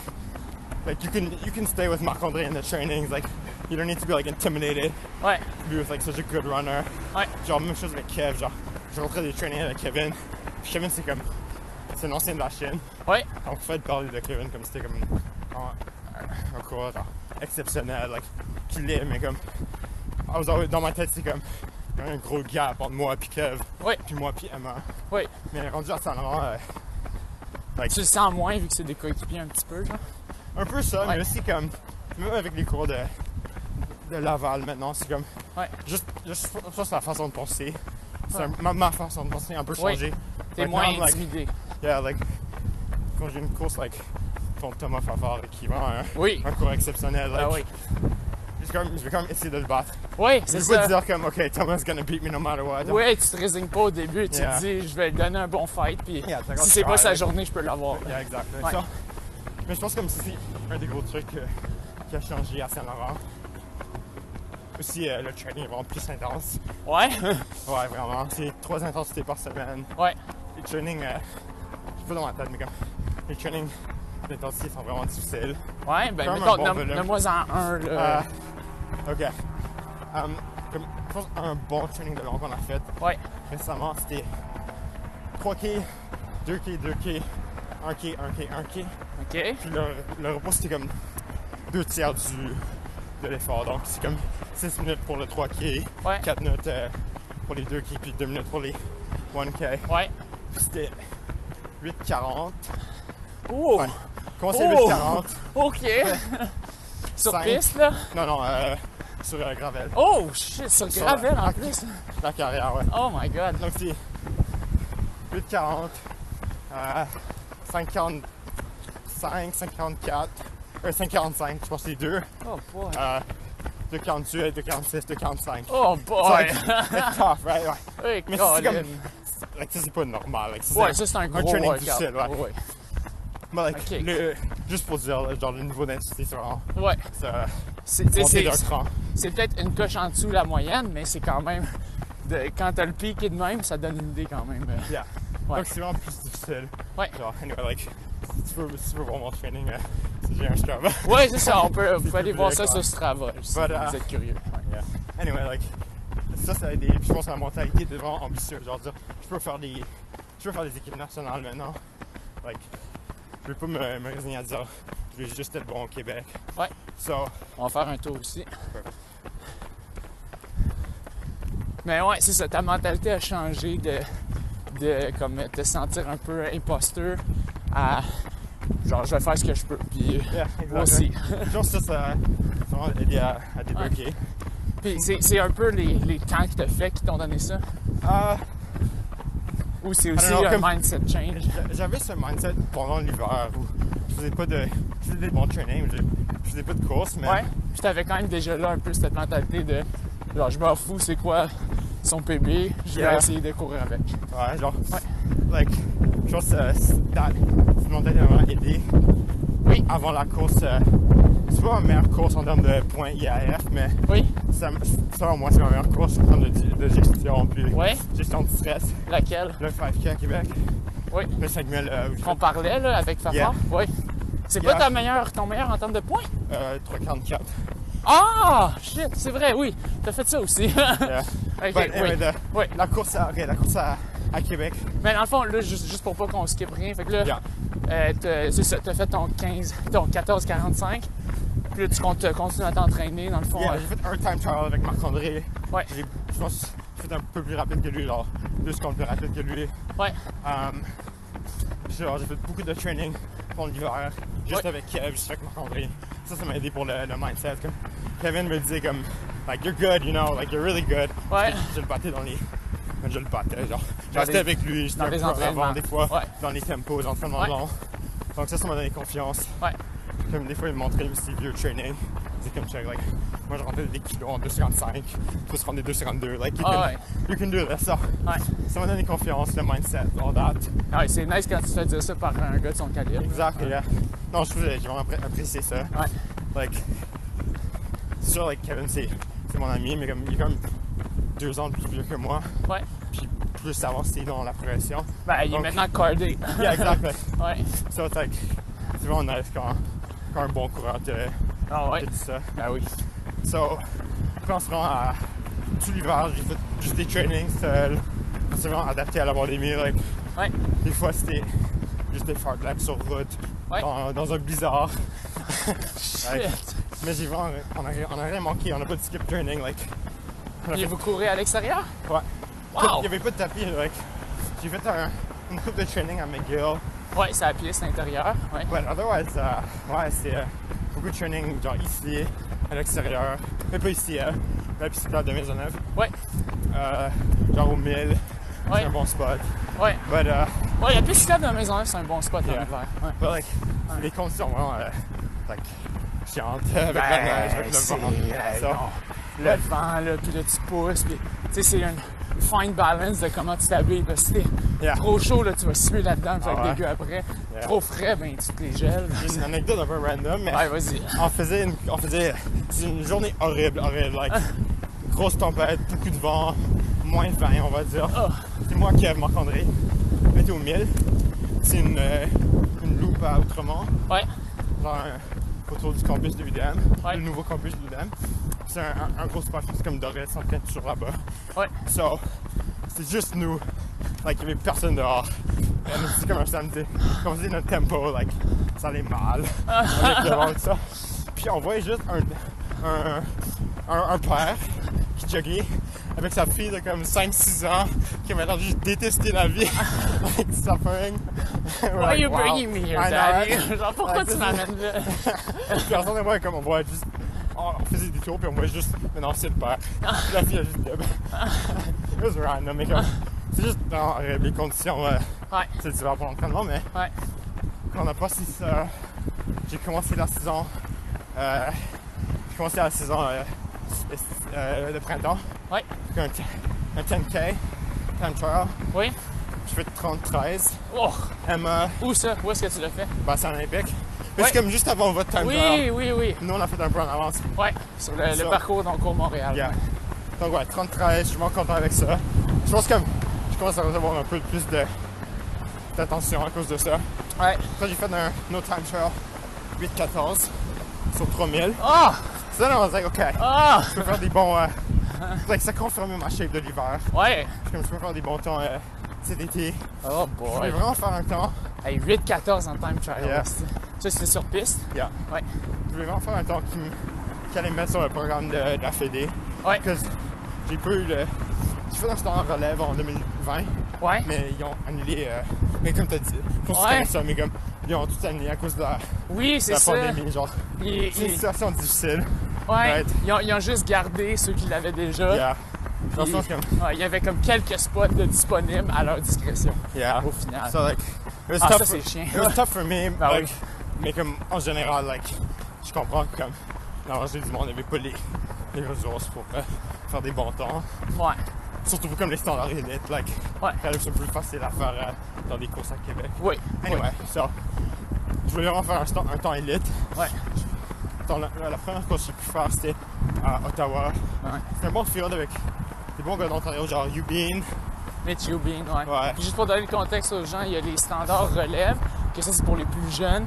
C: like you can you can stay with Marc-André in the trainings, like, you don't need to be like intimidated,
A: Ouais.
C: to be with like such a good runner.
A: Ouais.
C: Genre, même chose avec Kev, genre, je rentrais des trainings avec Kevin, um, puis Kevin c'est comme, c'est un ancien de la Chine,
A: Ouais.
C: on fait de parler de Kevin comme c'était comme un, un coureur genre, exceptionnel, like, qu'il l'est, mais comme, I was always- dans ma tête c'est comme, il y a un gros gap entre moi puis Kev,
A: Oui.
C: puis moi puis Emma.
A: Oui.
C: Mais rendu à San Laurent, euh, like,
A: Tu le sens moins vu que c'est des coéquipiers un petit peu, genre.
C: un peu ça,
A: Ouais.
C: mais aussi comme, même avec les cours de, de Laval maintenant, c'est comme,
A: Ouais.
C: juste, juste, ça c'est la façon de penser. C'est
A: Ouais.
C: un- ma, ma façon de penser a un peu
A: Oui.
C: changé.
A: T'es
C: Like,
A: moins
C: now I'm like-
A: intimidé.
C: Yeah, like, quand j'ai une course, like, contre Thomas Favard, qui est vraiment un,
A: Oui.
C: un cours exceptionnel, like,
A: Ah oui.
C: je, vais quand même, je vais quand même essayer de le battre.
A: Oui,
C: Je
A: c'est
C: vais
A: ça.
C: pas dire comme, OK, Thomas is gonna beat me no matter what.
A: Oui, tu te résignes pas au début, tu te
C: Yeah.
A: dis je vais lui donner un bon fight, puis
C: Yeah, t'as
A: si c'est
C: raison.
A: pas sa journée, je peux l'avoir.
C: Yeah, exact. Like,
A: Ouais.
C: ça. mais je pense comme c'est un des gros trucs euh, qui a changé à Saint-Laurent. Aussi, euh, le training est vraiment plus intense.
A: Ouais,
C: Ouais, vraiment. C'est trois intensités par semaine.
A: ouais,
C: Les trainings, euh, je sais pas dans ma tête, mais comme, les trainings d'intensité sont vraiment difficiles.
A: ouais, ben
C: Comme un
A: mettons,
C: bon
A: nomme-
C: volume.
A: nomme-moi en un,
C: Euh,
A: là.
C: ok. Um, comme, je pense un bon training de long qu'on a fait
A: ouais,
C: récemment, c'était 3K, 2K, 2K, 1K, 1K, 1K.
A: ok,
C: Puis le, le repos, c'était comme deux tiers du, de l'effort. Donc, c'est comme 6 minutes pour le 3K,
A: Ouais.
C: 4 minutes euh, pour les 2K, puis 2 minutes pour les 1K.
A: ouais.
C: Puis c'était 8,40.
A: Oh,
C: Comment c'est
A: Oh!
C: 8,40?
A: ok. sur
C: Cinq.
A: piste, là.
C: Non, non, euh, sur euh, Gravel.
A: Oh, shit, sur
C: Sur
A: gravel
C: la-
A: en plus.
C: La carrière, ouais.
A: Oh my god.
C: Donc c'est 8,40, euh, 5,45, 5,44, euh, 5,45, je pense que c'est deux,
A: Oh boy.
C: euh, 2,48, 2,46, 2,45.
A: Oh boy.
C: It's like- it's tough, right? Ah, Ouais.
A: Hey,
C: Mais c'est
A: Colin.
C: comme- Like, ça, c'est pas normal. Like,
A: Ouais, ça c'est un gros
C: training
A: workout.
C: difficile, ouais.
A: Ouais,
C: Mais, like,
A: Ok.
C: le- juste pour dire, là, genre, le niveau d'intensité, c'est vraiment...
A: ouais.
C: C'est euh,
A: C'est- tu sais,
C: monté d'un
A: c'est-
C: cran.
A: C'est peut-être une coche en dessous de la moyenne, mais c'est quand même. de- quand t'as le pic et de même, ça donne une idée quand même. euh,
C: Yeah.
A: Ouais.
C: Donc, c'est vraiment plus difficile.
A: Ouais.
C: Genre, anyway, like, si tu veux, si tu veux voir mon training, euh, c'est j'ai un Strava.
A: Ouais, c'est ça, on peut, vous pouvez aller
C: plus
A: voir
C: vrai,
A: ça
C: quoi.
A: sur Strava si
C: Voilà.
A: vous êtes curieux. Ouais.
C: Yeah. Anyway, like, ça, ça a aidé. Puis je pense que la mentalité était vraiment ambitieuse. Genre, dire, je peux faire des, je peux faire des équipes nationales maintenant. Like, je vais pas me, me résigner à dire, je vais juste être bon au Québec.
A: Ouais.
C: So,
A: On va faire un tour aussi. Mais ouais, c'est ça, ta mentalité a changé de, de comme te sentir un peu imposteur à genre je vais faire ce que je peux. Puis euh,
C: yeah,
A: moi
C: exactly.
A: aussi.
C: Je pense que ça, ça ça m'a aidé à, à débloquer.
A: Puis c'est c'est un peu les, les camps que t'as fait qui t'ont donné ça.
C: Euh,
A: Ou c'est aussi
C: know,
A: un
C: comme-
A: mindset change.
C: J'a- J'avais ce mindset pendant l'hiver où je faisais pas de je faisais des bons trainings, mais je, je faisais pas de course, mais
A: Ouais. Puis t'avais quand même déjà là un peu cette mentalité de genre je m'en fous c'est quoi son PB, je vais
C: Yeah.
A: essayer de courir avec.
C: ouais, genre,
A: Ouais.
C: like, je pense que euh, c'est- that- ça m'a tellement aidé.
A: Oui.
C: Avant la course, euh, c'est pas ma meilleure course en termes de points IAF, mais
A: Oui.
C: ça, me- selon moi, c'est ma meilleure course en termes de, de gestion, puis
A: Ouais.
C: gestion du stress.
A: Laquelle?
C: Le 5K à Québec,
A: Oui.
C: le 5000, euh,
A: Qu'on parlait là avec Farah.
C: Yeah.
A: Oui. C'est
C: Yeah.
A: pas ta meilleure, ton meilleur en termes de points?
C: euh, 344.
A: Ah! Shit, c'est vrai, oui. T'as fait ça aussi.
C: Yeah.
A: Ok,
C: Euh, But anyway,
A: oui.
C: the-
A: Oui.
C: La course, à, ok, la course à, à Québec,
A: Mais dans le fond, là, juste, juste pour pas qu'on skip rien, fait que là,
C: Yeah.
A: euh, t'as- c'est ça, t'as fait ton 15, ton 14-45, puis là, tu comptes continues à t'entraîner, dans le fond.
C: Yeah,
A: euh,
C: j'ai fait un time trial avec Marc-André.
A: Ouais.
C: J'ai- Je pense que j'ai fait un peu plus rapide que lui, genre deux secondes plus rapide que lui.
A: ouais.
C: Um, genre, j'ai fait beaucoup de training pendant l'hiver, juste
A: Ouais.
C: avec Kev, juste avec Marc-André. Ça, ça m'a aidé pour le, le mindset. Comme Kevin me disait comme, like, you're good, you know, like, you're really good.
A: Ouais.
C: Je, je le battais dans les... Je le battais, genre. Je
A: Dans
C: restais
A: des-
C: avec lui, j'étais
A: dans
C: un
A: des
C: peu avant
A: entraînements.
C: des fois,
A: Ouais.
C: dans les tempos, dans l'entraînement
A: Ouais.
C: long. Donc ça, ça m'a donné confiance.
A: Ouais.
C: Comme des fois, il me montrait ses vieux training. C'est comme ça, like, moi je rentrais des kilos en 2,55. Toi, tu rentrais 2,52. Like, you,
A: Ah
C: can,
A: ouais.
C: you can do this. Ça,
A: Ouais.
C: ça m'a donné confiance, le mindset, all that.
A: Ah Ouais, c'est nice quand tu te fais dire ça par un gars de son calibre.
C: Exact, yeah. euh, Non, je trouve que j'ai vraiment appré- apprécié ça.
A: Ouais.
C: Like, c'est sûr, like, Kevin, c'est c'est mon ami, mais comme, il est comme deux ans de plus vieux que moi,
A: Ouais.
C: puis plus avancé dans la progression.
A: Ben, il est
C: Donc-
A: maintenant cardé.
C: Yeah, exact. like,
A: ouais.
C: so it's like, c'est vraiment nice quand, quand un bon coureur te,
A: Ah
C: te
A: ouais.
C: dit ça.
A: Ben oui.
C: So, quand on se rend à tout l'hiver, j'ai fait juste des trainings seuls. C'est vraiment adapté à la pandémie. Like,
A: Ouais.
C: des fois, c'était juste des faire laps sur route,
A: Ouais.
C: dans, dans un blizzard. Like,
A: Shit.
C: mais j'ai vraiment, on a, rien- on a rien manqué, on n'a pas de skip training. Like,
A: Puis vous courez à l'extérieur?
C: ouais.
A: Wow!
C: Il n'y avait pas de tapis. Like, j'ai fait un, une coupe de training à McGill.
A: Ouais, c'est à pied, c'est intérieur. Ouais.
C: But otherwise, euh, ouais, c'est euh, beaucoup de training genre ici, à l'extérieur. Mais pas ici, euh, la piscine de Maisonneuve.
A: Ouais.
C: Euh, genre au 1000.
A: Ouais.
C: C'est un bon spot.
A: Ouais.
C: But, uh,
A: Ouais, la piste cyclable de la maison c'est un bon spot en
C: Yeah.
A: hiver. Ouais.
C: but like, les conditions vraiment euh, like, chiantes euh, avec la
A: Ben,
C: neige, avec le
A: c'est-
C: vent.
A: hey,
C: So,
A: non. Le vent, là, puis là, tu pousses, puis tu sais, c'est une fine balance de comment tu t'habilles. Parce que si t'es
C: Yeah.
A: trop chaud, là, tu vas suer là-dedans, fait
C: Ah
A: que
C: ouais.
A: dégueu après.
C: Yeah.
A: Trop frais, ben, tu te les gèles.
C: j'ai une anecdote un peu random, mais
A: Ouais, vas-y.
C: on faisait une, on faisait, c'est une journée horrible, horrible, like, grosse tempête, beaucoup de vent, moins 20 on va dire.
A: Oh.
C: C'est moi qui ai Marc-André, on était au 1000, c'est une, euh, une loupe à Outremont,
A: Ouais.
C: genre un- autour du campus de l'UDM,
A: Ouais.
C: le nouveau campus de l'UDM. C'est un, un- un gros spot, c'est comme Doré, en train de toujours là-bas.
A: Ouais.
C: So, c'est juste nous. Like, il y avait personne dehors. Et on était comme un samedi. Comme on faisait notre tempo, like, ça allait mal. Avec le vent et tout ça. Puis on voyait juste un, un, un, un père qui joguait avec sa fille de comme 5-6 ans qui m'a l'air juste détester la vie. like, suffering. We're
A: Why are
C: like,
A: you
C: wow.
A: bringing me here,
C: I know,
A: Daddy?
C: right?
A: Genre, pourquoi
C: Like,
A: tu
C: this is-
A: m'amènes là?
C: Puis on s'en comme on voit juste. On faisait des tours, puis on voit juste. Maintenant, c'est le père. Puis la fille a juste. It was random, mais comme. C'est juste dans les conditions. euh,
A: Ouais.
C: c'est différent pour l'entraînement, mais
A: Ouais.
C: quand on n'a pas six. euh, j'ai commencé la saison. euh, j'ai commencé la saison euh, euh, de printemps.
A: Ouais.
C: avec Un, t- un 10K, time trial.
A: Oui.
C: Je fais 30-13.
A: Oh,
C: Emma,
A: où ça? Où est-ce que tu l'as fait?
C: bassin olympique. Mais
A: Ouais.
C: c'est comme juste avant votre time
A: Oui,
C: trial.
A: oui, oui.
C: Nous, on a fait un peu en avance.
A: Ouais. Sur le,
C: Ça.
A: le parcours d'Encours Montréal.
C: Yeah. Ah Donc ouais, 33, je suis vraiment content avec ça. Je pense que je commence à recevoir un peu plus de- d'attention à cause de ça.
A: Ouais.
C: Après j'ai fait un No Time Trial 8-14 sur 3000.
A: Ah!
C: Ça là, on se dit, ok,
A: Ah!
C: je peux faire des bons... euh, like, ça confirme ma shape de l'hiver.
A: Ouais.
C: Je peux faire des bons temps euh, cet été.
A: Oh
C: Je vais
A: boy.
C: vraiment faire un temps.
A: Hey, 8-14 en time trial.
C: Yeah.
A: Ça, c'est sur piste?
C: Yeah.
A: Ouais.
C: Je vais vraiment faire un temps qui, me- qui allait me mettre sur le programme de, de la Fédé.
A: Ouais.
C: Parce que j'ai pas eu le... J'ai fait un temps en relève en 2020.
A: Ouais.
C: Mais ils ont annulé. euh, mais comme t'as dit, je pense
A: Ouais.
C: que c'est ça, mais comme ils ont tout annulé à cause de la,
A: Oui,
C: de
A: c'est
C: la
A: ça.
C: pandémie. Genre,
A: Ils-
C: c'est une
A: ils-
C: situation difficile.
A: ouais.
C: Right.
A: Ils, ont, ils ont juste gardé ceux qui l'avaient déjà.
C: Yeah. Dans le
A: Puis,
C: sens comme.
A: ouais, il y avait comme quelques spots de disponibles à leur discrétion.
C: Yeah.
A: Au final.
C: So, like, it was
A: Ah,
C: tough
A: ça,
C: for-
A: c'est chiant.
C: It was tough for me.
A: Ah oui.
C: like, Mais comme en général, like, je comprends que comme la majorité du monde n'avait pas les, les ressources pour euh, faire des bons temps.
A: Ouais.
C: Surtout comme les standards élites, like,
A: Ouais.
C: quand même, c'est plus facile à faire euh, dans des courses à Québec.
A: Oui.
C: Anyway, so, je voulais vraiment faire un, stand- un temps élite.
A: Ouais.
C: Dans la, la première course que j'ai pu faire, c'était à Ottawa.
A: Ouais.
C: C'était un bon field avec des bons gars d'Ontario, genre ben, Eubin.
A: Mitch Eubin, ouais.
C: Ouais.
A: Puis juste pour donner le contexte aux gens, il y a les standards relève, que ça c'est pour les plus jeunes.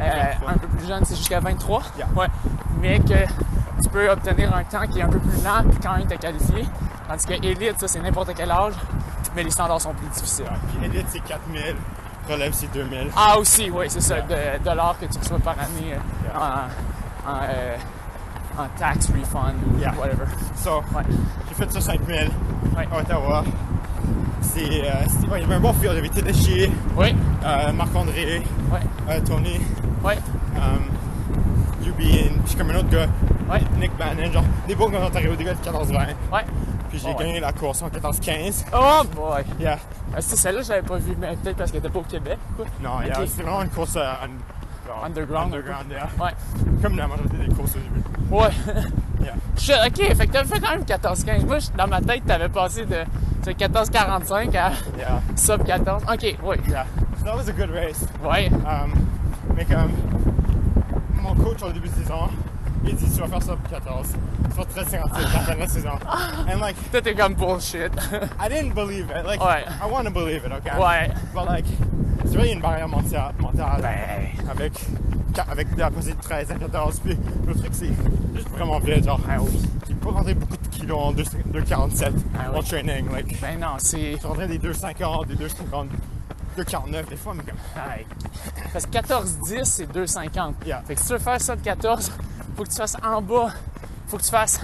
A: Euh, un peu plus jeune, c'est jusqu'à 23.
C: Yeah.
A: Ouais. Mais que tu peux obtenir un temps qui est un peu plus lent, puis quand même t'es qualifié. Tandis que élite, ça c'est n'importe quel âge, mais les standards sont plus difficiles.
C: Puis élite, c'est 4000. Relève, c'est 2000.
A: Ah aussi, oui, c'est ça, de, de l'or que tu reçois par année euh, en, en, euh, en tax refund ou
C: Yeah.
A: whatever.
C: So,
A: Ouais.
C: j'ai fait ça 5000
A: Ouais.
C: à Ottawa. C'est, euh, c'était- ouais, il y avait un bon field, il y avait Tedeschi,
A: Oui,
C: euh, Marc-André,
A: oui,
C: euh, Tony,
A: oui,
C: euh, Eubin, puis comme un autre gars,
A: oui,
C: Nick Bannon, genre des beaux gars d'Ontario, des gars de 14-20.
A: oui.
C: Puis
A: Ah
C: j'ai
A: Ouais, ouais.
C: gagné la course en 14-15.
A: Oh boy!
C: Yeah.
A: Ah, si celle-là, je l'avais pas vue, mais peut-être parce qu'elle était pas au Québec. Quoi.
C: Non,
A: Ok.
C: yeah, c'est vraiment une course euh, un- genre,
A: Underground.
C: underground, yeah.
A: Ouais.
C: Comme la majorité des courses au début.
A: Ouais.
C: Yeah.
A: Je- ok, fait que t'avais fait quand même 14-15. Moi, je- dans ma tête, t'avais passé de, de 14-45 à
C: Yeah.
A: sub 14. Ok, oui.
C: Yeah. So that was a good race.
A: Ouais.
C: Um, mais comme mon coach au début de saison, il dit tu vas faire ça pour 14, tu vas 13 56 à la fin de la saison. And like
A: Toi, t'es comme bullshit.
C: I didn't believe it. Like
A: Ouais.
C: I want to believe it, okay?
A: ouais.
C: But like c'est vraiment une barrière mentale, mentale
A: Ben.
C: avec qua- avec la passée de 13 à 14 puis le truc c'est juste vraiment vrai genre
A: Ah oui.
C: j'ai pas rentré beaucoup de kilos en 2 247
A: Ah
C: en
A: oui.
C: training like
A: Ben non, c'est.
C: je rentrais des 250 des 250 249 des fois mais comme
A: Aïe. Parce que 14-10, c'est 2,50.
C: Yeah.
A: Fait que si tu veux faire sub 14, faut que tu fasses en bas. Faut que tu fasses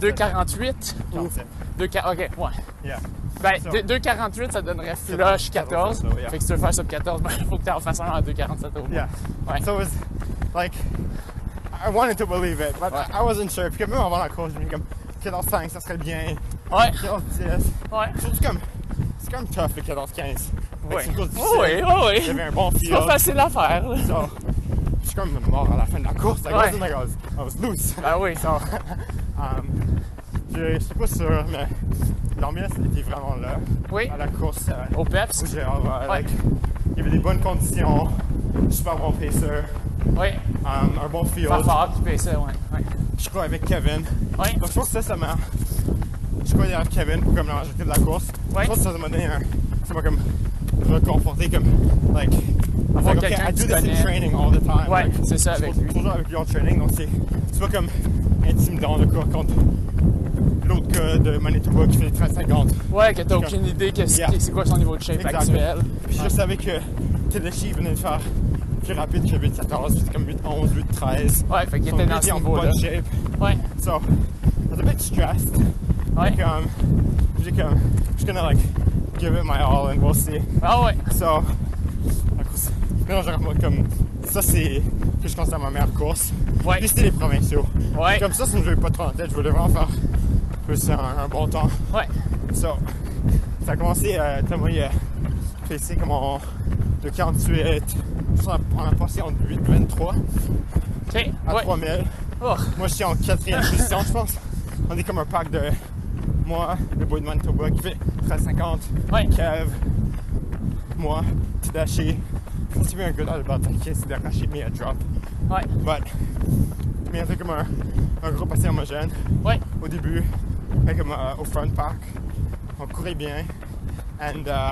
C: 247
A: 2,48 ou
C: 47
A: 2, ok, ouais.
C: yeah
A: Ben,
C: Ça.
A: de- 2,48, ça donnerait
C: donne
A: flush
C: 14,
A: 14.
C: ça, yeah.
A: Fait que si tu veux faire sub 14, ben, faut que tu en fasses un à 2,47 au moins.
C: Yeah.
A: Ouais.
C: So it was like I wanted to believe it, but
A: Ouais.
C: I wasn't sure. Puis comme même avant la course, je me dis comme 14 5 ça serait bien.
A: Ouais,
C: 14 10.
A: ouais.
C: Surtout comme c'est quand même tough le 14 15.
A: Oui,
C: C'est une course difficile.
A: oui,
C: Il y
A: oui.
C: avait un bon
A: C'est pas
C: field.
A: facile à faire. là.
C: So, je suis comme mort à la fin de la course. Like,
A: Ouais.
C: wasn't like I was, I was loose.
A: Ben oui.
C: So, um, je je suis pas sûr, mais l'ambiance était vraiment là.
A: Oui.
C: À la course. euh,
A: Au PEPS.
C: où j'ai- euh,
A: Ouais.
C: like, il y avait des bonnes conditions, super bon pacer.
A: Oui.
C: Um, un bon field.
A: Fanfare qui paye ça, ouais. ouais.
C: Je crois avec Kevin.
A: Ouais.
C: Donc je pense que ça, ça m'a. Je crois derrière Kevin pour comme la majorité de la course.
A: Ouais.
C: Je pense que ça ça m'a donné un. Ça m'a comme reconforté comme. Like.
A: Avoir
C: like, okay,
A: quelqu'un
C: I
A: que
C: do
A: tu
C: this in
A: connais.
C: training all the time.
A: Ouais,
C: Like,
A: c'est ça
C: je
A: avec
C: suis
A: lui.
C: Toujours avec lui en training, donc c'est. C'est pas comme intimidant de courir contre l'autre gars de Manitoba qui fait 30-50.
A: Ouais, que t'as aucune idée que c'est
C: Yeah.
A: c'est quoi son niveau de shape
C: Exact.
A: actuel.
C: Puis je savais que Tedeschi venait de faire plus rapide que 8-14, c'était comme 8-11, 8-13.
A: Ouais, fait qu'il était dans ce
C: en
A: niveau-là.
C: bonne shape.
A: Ouais,
C: So, I was a bit stressed.
A: ouais.
C: Like, um, just, like, um, just gonna like give it my all and we'll see.
A: Ah ouais.
C: So, la course. Non, genre, moi, comme ça, c'est que je considère ma meilleure course.
A: Ouais.
C: Puis c'était les provinciaux.
A: Ouais.
C: Comme ça, ça me jouait pas trop en tête. Je voulais vraiment faire plus un, un bon temps.
A: Ouais.
C: So, ça a commencé, euh, tellement il a pressé comme en de 48. On a, on a passé en 8, 23
A: Ok.
C: à
A: Ouais.
C: 3000.
A: Oh.
C: Moi, je suis en quatrième position, je pense. On est comme un pack de moi, le boy de Manitoba qui fait 13,50.
A: Ouais.
C: Kev, moi, Tadashi. Je pense qu'il y avait un gars dans le bâton qui a essayé d'arracher me a drop.
A: Ouais.
C: But, mais on était comme un, un groupe assez homogène
A: Ouais.
C: au début, fait comme euh, au front park. On courait bien. And, euh,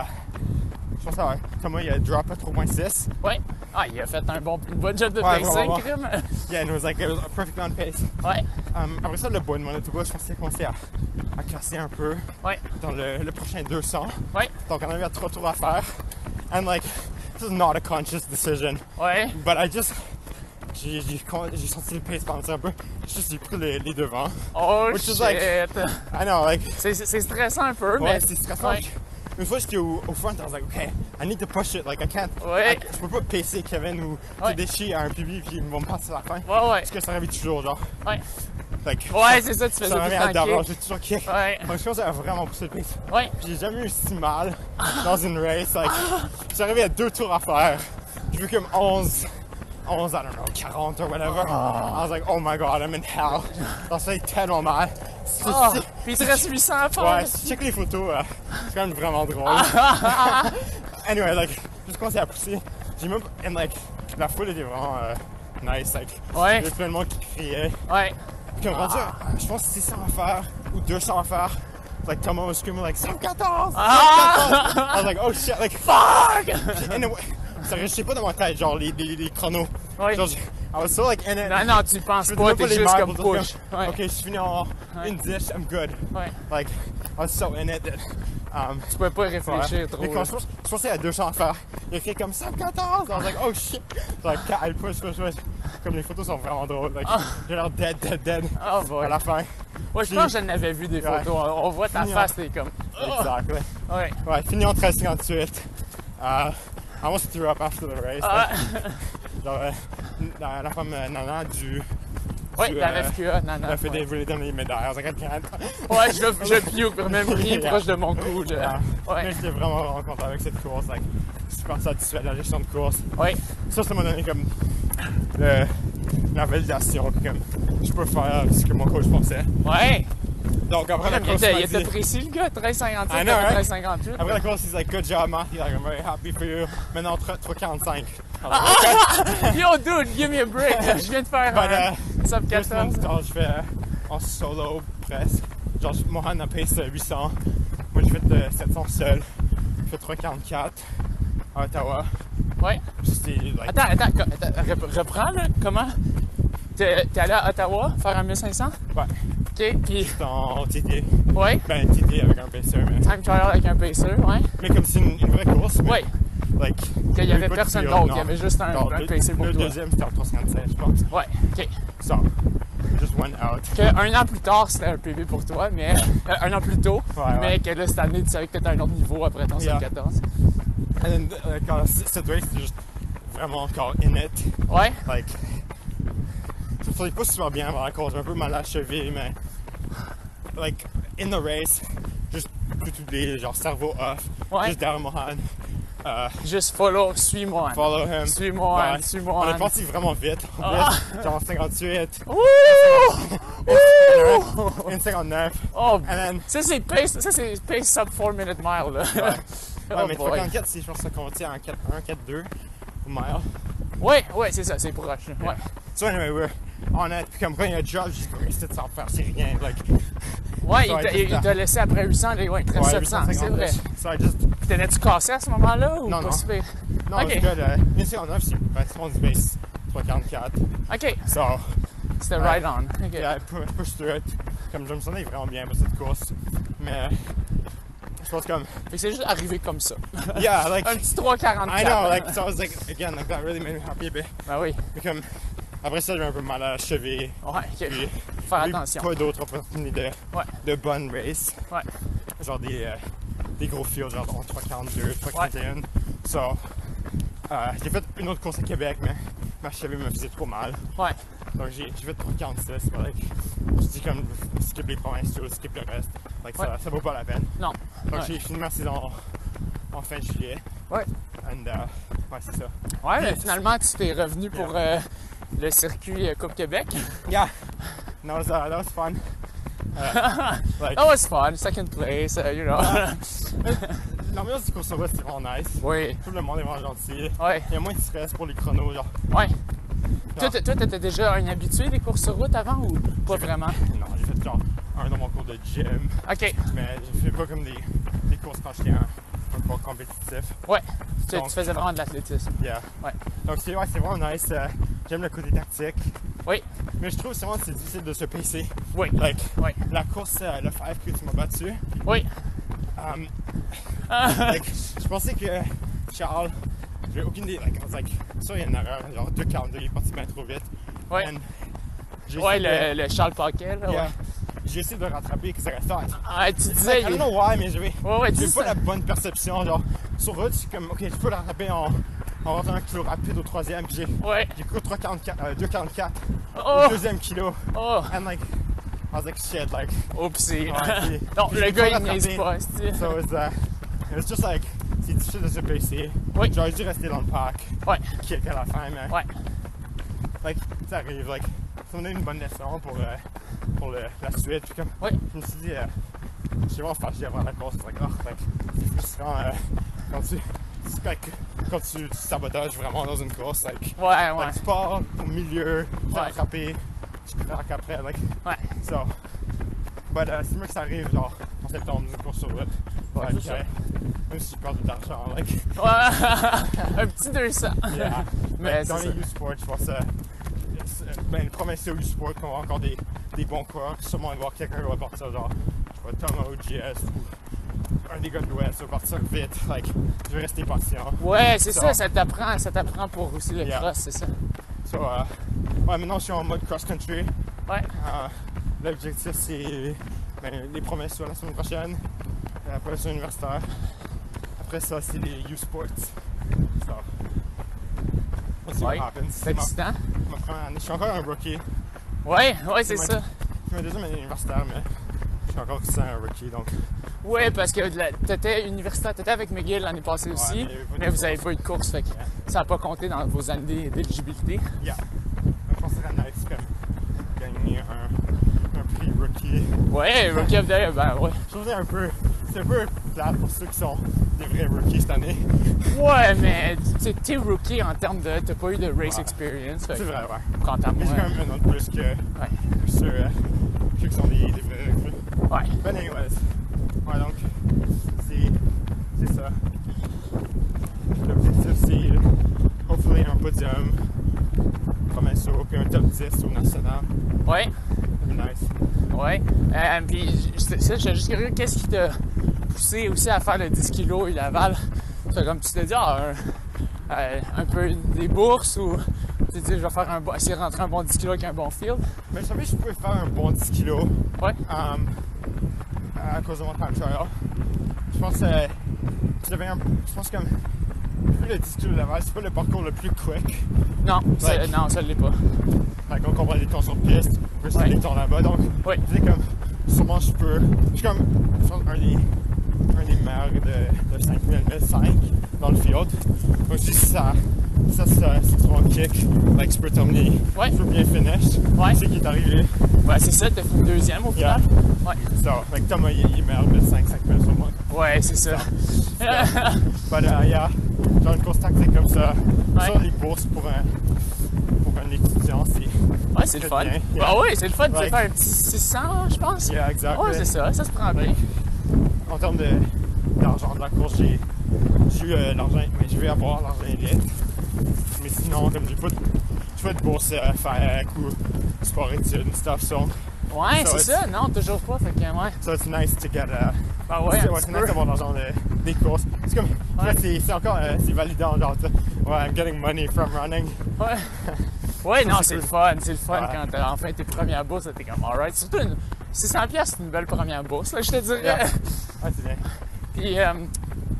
C: je pense que Thomas, il a drop à 3.6.
A: Ouais. Ah, il a fait un bon, une bonne job de
C: Ouais,
A: pacing,
C: vraiment.
A: crime.
C: Yeah, and it was like, it was perfect on pace.
A: Ouais.
C: Um, après ça, le bois de Manitoba, je pense qu'il a commencé à, à casser un peu
A: Ouais.
C: dans le, le prochain 200.
A: Ouais.
C: Donc, on avait trois tours à faire. And like, this is not a conscious decision.
A: Ouais.
C: But I just. J'ai j'ai con- j'ai senti le pace partir un peu. J'ai juste j'ai pris les, les devants.
A: Oh
C: Which
A: shit.
C: is like- I know, like.
A: C'est c'est- c'est stressant un peu, mais
C: Ouais, c'est stressant.
A: Ouais.
C: Une fois, j'étais au, au front, I was like, okay, I need to push it. Like, I can't.
A: Ouais.
C: I- je peux pas pacer Kevin ou
A: Ouais.
C: Tedeschi à un PB puis ils vont me passer la fin.
A: Ouais, ouais.
C: Parce que ça arrive toujours, genre.
A: Ouais.
C: Like,
A: Ouais, c'est ça, tu faisais
C: ça
A: tout
C: m'a mis
A: le
C: à
A: temps
C: d'abord,
A: kick.
C: j'ai toujours kick.
A: Ouais.
C: Donc, je pense que ça a vraiment poussé le pace.
A: Ouais.
C: Puis J'ai jamais eu si mal dans une race. Like, j'arrivais à deux tours à faire. J'ai vu comme 11, almost, I don't know, 40 or whatever.
A: Ah.
C: I was like, oh my god, I'm in hell. Ça fait tellement mal. Si-
A: Ah,
C: si-
A: puis il te reste 800 à faire.
C: Ouais, si tu check les photos, euh, c'est quand même vraiment drôle. anyway, like, juste quand c'est à pousser, j'ai même. And like, la foule était vraiment euh, nice. Like,
A: Ouais.
C: Il y avait plein de monde qui criait.
A: Ouais.
C: Puis on rendu, à- je pense 600 à faire ou 200 à faire. Like, Thomas was screaming, like, 114! 114! I was like, oh shit, like,
A: Ah! Fuck!
C: and it, ça restait pas dans ma tête, genre, les, les, les chronos.
A: Ouais.
C: Genre, je- I was so like, in it.
A: Non, non, tu y penses
C: Je me
A: pas,
C: disais
A: t'es
C: les
A: juste
C: mères
A: comme
C: pour dire
A: push.
C: comme,
A: Ouais.
C: Ok, je suis fini en
A: Ouais.
C: une dish, I'm good.
A: Ouais.
C: Like, I was so in it that. Um,
A: Tu peux pas
C: ouais.
A: réfléchir trop.
C: Mais
A: là.
C: quand je pense, je pensais à 200 à faire, il y a écrit comme 114. I was like, oh shit. Like, elle push, push, push. Comme les photos sont vraiment drôles. Like, j'ai l'air dead, dead, dead.
A: Ah, boy.
C: À la fin.
A: Moi, je pense que je n'avais vu des
C: Ouais.
A: photos. On on voit ta
C: Fini,
A: face,
C: hein.
A: t'es comme.
C: Exactly.
A: Ouais.
C: Ouais, fini en 1358. Uh, I almost threw up after the race.
A: Ah,
C: Genre, euh, la, la femme euh, Nana du.
A: ouais,
C: tu,
A: la
C: euh,
A: FQA, non, non.
C: Elle a fait des,
A: Ouais,
C: voulait donner les médailles. I was like, I can't.
A: Ouais, je, je puke, même rien
C: Yeah.
A: proche de mon cou. je-
C: Ah, Mais
A: Ouais.
C: j'étais vraiment vraiment content avec cette course. Like, super satisfait de la gestion de course.
A: Ouais.
C: Ça, ça m'a donné comme le- la validation. puis Comme, je peux faire ce que mon coach pensait.
A: Ouais.
C: Donc après la
A: Il
C: course,
A: était,
C: il
A: il
C: m'a
A: était
C: dit-
A: précis, le gars. 13,57,
C: I know, right?
A: 13,58.
C: après la course, il dit like, good job, Mark. He's like, I'm very happy for you. Maintenant, 3,45.
A: Yo, dude, give me a break. je viens de faire
C: But, uh,
A: un sub
C: Deux
A: 14.
C: semaines plus tard, je fais euh, en solo presque. Genre, je- Mohan a pace euh, 800. Moi, j'ai fait euh, 700 seul. Je fais 3,44 à Ottawa.
A: Ouais.
C: C'était like,
A: Attends, attends, co- attends, rep- reprends, là. Comment? T'es t'es allé à Ottawa faire un 1500?
C: ouais,
A: OK, puis...
C: en TT.
A: Ouais.
C: Ben, TT avec un paceur, mais.
A: Time trial avec un pacer, ouais.
C: Mais comme c'est une, une vraie course. mais,
A: Ah. Ouais.
C: Like,
A: Qu'il y avait
C: pas de
A: personne
C: pire,
A: d'autre,
C: non.
A: il y avait juste un-
C: Non,
A: un
C: le-
A: pacer pour
C: Le
A: toi. Oh.
C: deuxième, c'était en 357, je pense.
A: Ouais, OK.
C: So, just one out.
A: Que un an plus tard, c'était un PB pour toi, mais... euh, un an plus tôt,
C: Ouais,
A: mais
C: ouais.
A: que là, cette année, tu savais que t'étais à un autre niveau après ton
C: Yeah.
A: 114.
C: And then, euh, quand c- cette race, c'est juste vraiment encore in it.
A: Ouais,
C: Like, je me sentais pas super bien avant la course, un peu mal à cheville, mais. Like, in the race, juste tout oublié, genre cerveau off.
A: Ouais.
C: Juste derrière Mohan. Euh,
A: juste follow, suis-moi.
C: follow him.
A: Suis-moi,
C: Ouais.
A: suis-moi.
C: On est parti vraiment vite. En
A: Ah.
C: plus, genre 58.
A: Ouh! Ouh!
C: Une 59.
A: Oh,
C: And then,
A: ça c'est pace, ça c'est pace sub 4 minute mile, là.
C: ouais,
A: Oh
C: mais
A: boy.
C: 3,44, c'est je pense que ça convertit en 4,1, 4,2 mile.
A: Ouais, ouais, c'est ça, c'est proche. là. Ouais,
C: So anyway, we're on it. Puis comme quand il y a job, j'ai dit, Ouais, c'est de s'en faire, c'est rien. Like,
A: ouais
C: Ça
A: il
C: va
A: t'a-
C: être
A: il il t'a laissé après 800, là, ouais, 13 700, c'est
C: 850.
A: vrai.
C: So I just,
A: T'étais-tu cassé à ce moment-là ou
C: Non,
A: pas
C: non.
A: si pire?
C: non,
A: Ok.
C: it's good. Euh, une 59, c'est pratiquement du base 3,44.
A: Ok,
C: So,
A: c'était
C: Ouais.
A: right on. Ok.
C: yeah, I pu- pushed through it. Comme je me sentais vraiment bien pour cette course. Mais, euh, je pense comme,
A: Fait que c'est juste arrivé comme ça.
C: yeah, like,
A: Un petit 3,44.
C: I know, like, so I was like, again, like, that really made me happy a bit.
A: Ben oui,
C: Mais comme, après ça, j'avais un peu mal à la cheville.
A: ouais, ok.
C: Puis,
A: Faire
C: j'ai eu
A: attention.
C: Pas d'autres opportunités de,
A: Ouais.
C: de bonnes races.
A: Ouais,
C: genre des, euh, des gros fields, genre 342, 341. So, euh, j'ai fait une autre course à Québec, mais ma cheville me faisait trop mal.
A: ouais,
C: Donc j'ai j'ai fait 346, mais like, je dis comme skip les provinces, tout, skip le reste. Like, ça,
A: Ouais.
C: ça vaut pas la peine.
A: non.
C: Donc
A: Ouais,
C: j'ai fini ma saison en, en fin juillet.
A: ouais.
C: And, euh, ouais, c'est ça.
A: Ouais, mais finalement, tu t'es revenu pour euh, le circuit euh, Coupe Québec.
C: Yeah, that was, uh, that was fun. Euh, like,
A: That was fun, second place, uh, you know.
C: Ah. L'ambiance du course en c'est vraiment nice.
A: oui,
C: Tout le monde est vraiment gentil.
A: ouais,
C: Il y a moins de stress pour les chronos, genre.
A: ouais. Toi, t'es- toi, t'étais déjà un habitué des courses sur route avant ou pas vraiment?
C: Non, j'ai fait genre un dans mon cours de gym,
A: Ok,
C: mais j'ai fait pas comme des, des courses quand j'étais un, un peu compétitif.
A: ouais. Tu,
C: Donc-
A: tu faisais vraiment de l'athlétisme.
C: Yeah.
A: Ouais.
C: Donc c'est ouais, c'est vraiment nice. euh, J'aime le côté tactique.
A: Oui,
C: Mais je trouve souvent que c'est difficile de se pacer.
A: oui,
C: Like,
A: oui,
C: la course, euh, le 5 que tu m'as battu,
A: oui.
C: um,
A: Ah.
C: like, je pensais que Charles, j'ai aucune idée. Like, I was like, ça, il y a une erreur. Genre 2,42, il est parti bien trop vite.
A: Ouais.
C: And j'ai
A: Ouais,
C: essayé
A: le, le Charles Paquet, là,
C: de- yeah,
A: ouais.
C: J'ai essayé de rattraper, que ça reste.
A: Ah, tu disais...
C: Like, I don't
A: il-
C: know why, mais j'avais
A: Ouais, ouais,
C: j'ai
A: dis
C: pas
A: ça.
C: la bonne perception. Genre, sur route, je suis comme, ok, je peux la rattraper en, en rentrant un kilo rapide au troisième. Puis j'ai
A: Ouais.
C: j'ai couru 3,44, euh, 2,44
A: Oh,
C: au deuxième kilo.
A: oh,
C: And like, I was like, shit, like,
A: oupsie.
C: Ouais, puis-
A: non,
C: puis
A: le
C: j'ai
A: gars,
C: pas
A: il niaise
C: rattrapé.
A: pas, c'est-tu?
C: so it was, uh, it was just like, c'est difficile de se baisser.
A: Oui.
C: J'aurais dû rester dans le parc,
A: Ouais,
C: kick à la fin, mais
A: ouais,
C: like, ça arrive, like, ça m'a donné une bonne leçon pour, euh, pour le- la suite. Puis comme,
A: Oui.
C: je me suis dit, euh, je suis vraiment fâché avant la course. Like, oh, like, c'est frustrant euh, quand tu, c'est like, quand tu, tu sabotages vraiment dans une course. Like,
A: Ouais, ouais.
C: like, tu pars au milieu, tu t'es
A: Ouais.
C: rattrapé, tu te craques après. Like,
A: Ouais.
C: so, but, euh, c'est mieux que ça arrive, genre, en septembre, une course sur route.
A: Ouais,
C: Like,
A: c'est ça.
C: euh, même si tu perds de l'argent, like,
A: Ouais. un petit 200.
C: Yeah.
A: Mais
C: Mais
A: c'est
C: dans les
A: ça.
C: U-Sports, je pense. euh, c'est- ben, le provincial U-Sport, qu'on va encore des, des bons coureurs. Sûrement, il va y avoir quelqu'un qui va partir, genre, je sais pas, Thomas OGS ou un des gars de l'Ouest va partir vite. Like, je vais rester patient.
A: Ouais, c'est
C: Ça.
A: ça, ça t'apprend, ça t'apprend pour aussi le
C: Yeah.
A: cross, c'est ça.
C: So, euh, ouais, maintenant, je suis en mode cross-country.
A: Ouais.
C: Euh, L'objectif, c'est ben, les provinciaux la semaine prochaine, la province universitaire. Après ça, c'est les U-Sports. So, we'll see what
A: Ouais.
C: happens.
A: C'est
C: C'est ma-
A: excitant.
C: ma première année. Je suis encore un rookie.
A: Ouais, ouais, c'est
C: Ouais.
A: ça.
C: Je suis deuxième année universitaire, mais je suis encore ça un rookie, donc
A: Ouais, parce que de la- t'étais universitaire, t'étais avec McGill l'année passée aussi,
C: mais il y
A: mais,
C: avait pas de
A: vous
C: course.
A: avez pas eu de course, fait que
C: Yeah.
A: ça n'a pas compté dans vos années d'éligibilité.
C: yeah. Je pense que c'est nice comme gagner un, un prix rookie.
A: Ouais, Rookie of the Year, ben ouais.
C: Je trouve que c'est un peu, c'est un peu plate pour ceux qui sont des vrais rookies cette année.
A: Ouais, mais tu sais, t'es rookie en termes de. T'as pas eu de race
C: Ouais.
A: experience, fait
C: C'est
A: que
C: vrai, ouais.
A: quant à
C: Mais
A: moi.
C: c'est quand même un autre plus que
A: Ouais.
C: ceux, euh, ceux qui sont des, des vrais recrues.
A: Ouais.
C: But anyways, ouais donc, c'est, c'est ça. L'objectif c'est, euh, hopefully un podium, comme ça, puis un top 10 au national.
A: Ouais.
C: That'd be nice.
A: Ouais. Euh, puis, je- c'est ça, j'étais juste curieux, qu'est-ce qui t'a poussé aussi à faire le 10 kg et Laval? C'est comme tu t'es dit, ah, un, euh, un peu des bourses ou tu t'es dit, je vais faire un bon, essayer de rentrer un bon 10 kg avec un bon field?
C: Mais je savais que je pouvais faire un bon 10 kilos
A: Ouais.
C: euh, à cause de mon time trial. Je pense que euh, je devais un- je pense que plus le 10 kilos de Laval, c'est pas le parcours le plus quick.
A: Non, ça,
C: Ouais.
A: non, ça l'est pas.
C: Like, on comprend des temps sur piste versus
A: Ouais.
C: des temps là-bas. Donc,
A: Ouais.
C: c'est comme, sûrement je peux. Je suis comme, je pense, un des, un des meilleurs de, de 5005 dans le field. Donc, si ça, ça, ça, c'est trop un kick, like, je peux terminer.
A: Ouais.
C: Je peux bien finish.
A: Ouais.
C: C'est ce qui est arrivé.
A: Ouais, c'est ça, t'as fini deuxième au final? Ouais.
C: So, like, Thomas, il il est meilleur de 5 5 000 sur moi.
A: Ouais, c'est ça.
C: But, uh, yeah, genre une course tactique comme ça,
A: Ouais.
C: sur les bourses pour un, pour un étudiant, c'est.
A: Ouais, c'est le fun.
C: Bien, yeah.
A: Bah ouais, c'est le fun. Tu
C: Ouais.
A: vas faire un petit 600, je pense.
C: Yeah, exactly.
A: Ouais, c'est ça, ça se prend bien.
C: Ouais. En termes de- d'argent de, la course, j'ai j'ai eu euh, l'argent, mais je vais avoir l'argent élite. Mais sinon, comme j'ai pas de, j'ai pas de bourse à faire ou sport études, stuff, so,
A: Ouais,
C: Ça
A: c'est
C: va
A: ça. Non, toujours pas. Fait que, ouais.
C: so it's nice to get a.
A: Bah ouais, un
C: ouais,
A: petit
C: euh, c'est nice
A: peu.
C: d'avoir l'argent de- des courses. C'est comme, tu vois, c'est c'est encore, euh, c'est validant, genre, tu- ouais, I'm getting money from running.
A: Ouais. Ouais, non, c'est
C: c'est
A: le
C: cool.
A: fun. C'est le fun
C: Ouais.
A: quand t'as enfin tes premières bourses, là, t'es comme alright. Surtout une 600 pièces, c'est une belle première bourse, là, je te dirais.
C: Yeah. Ouais, c'est bien.
A: Puis, euh,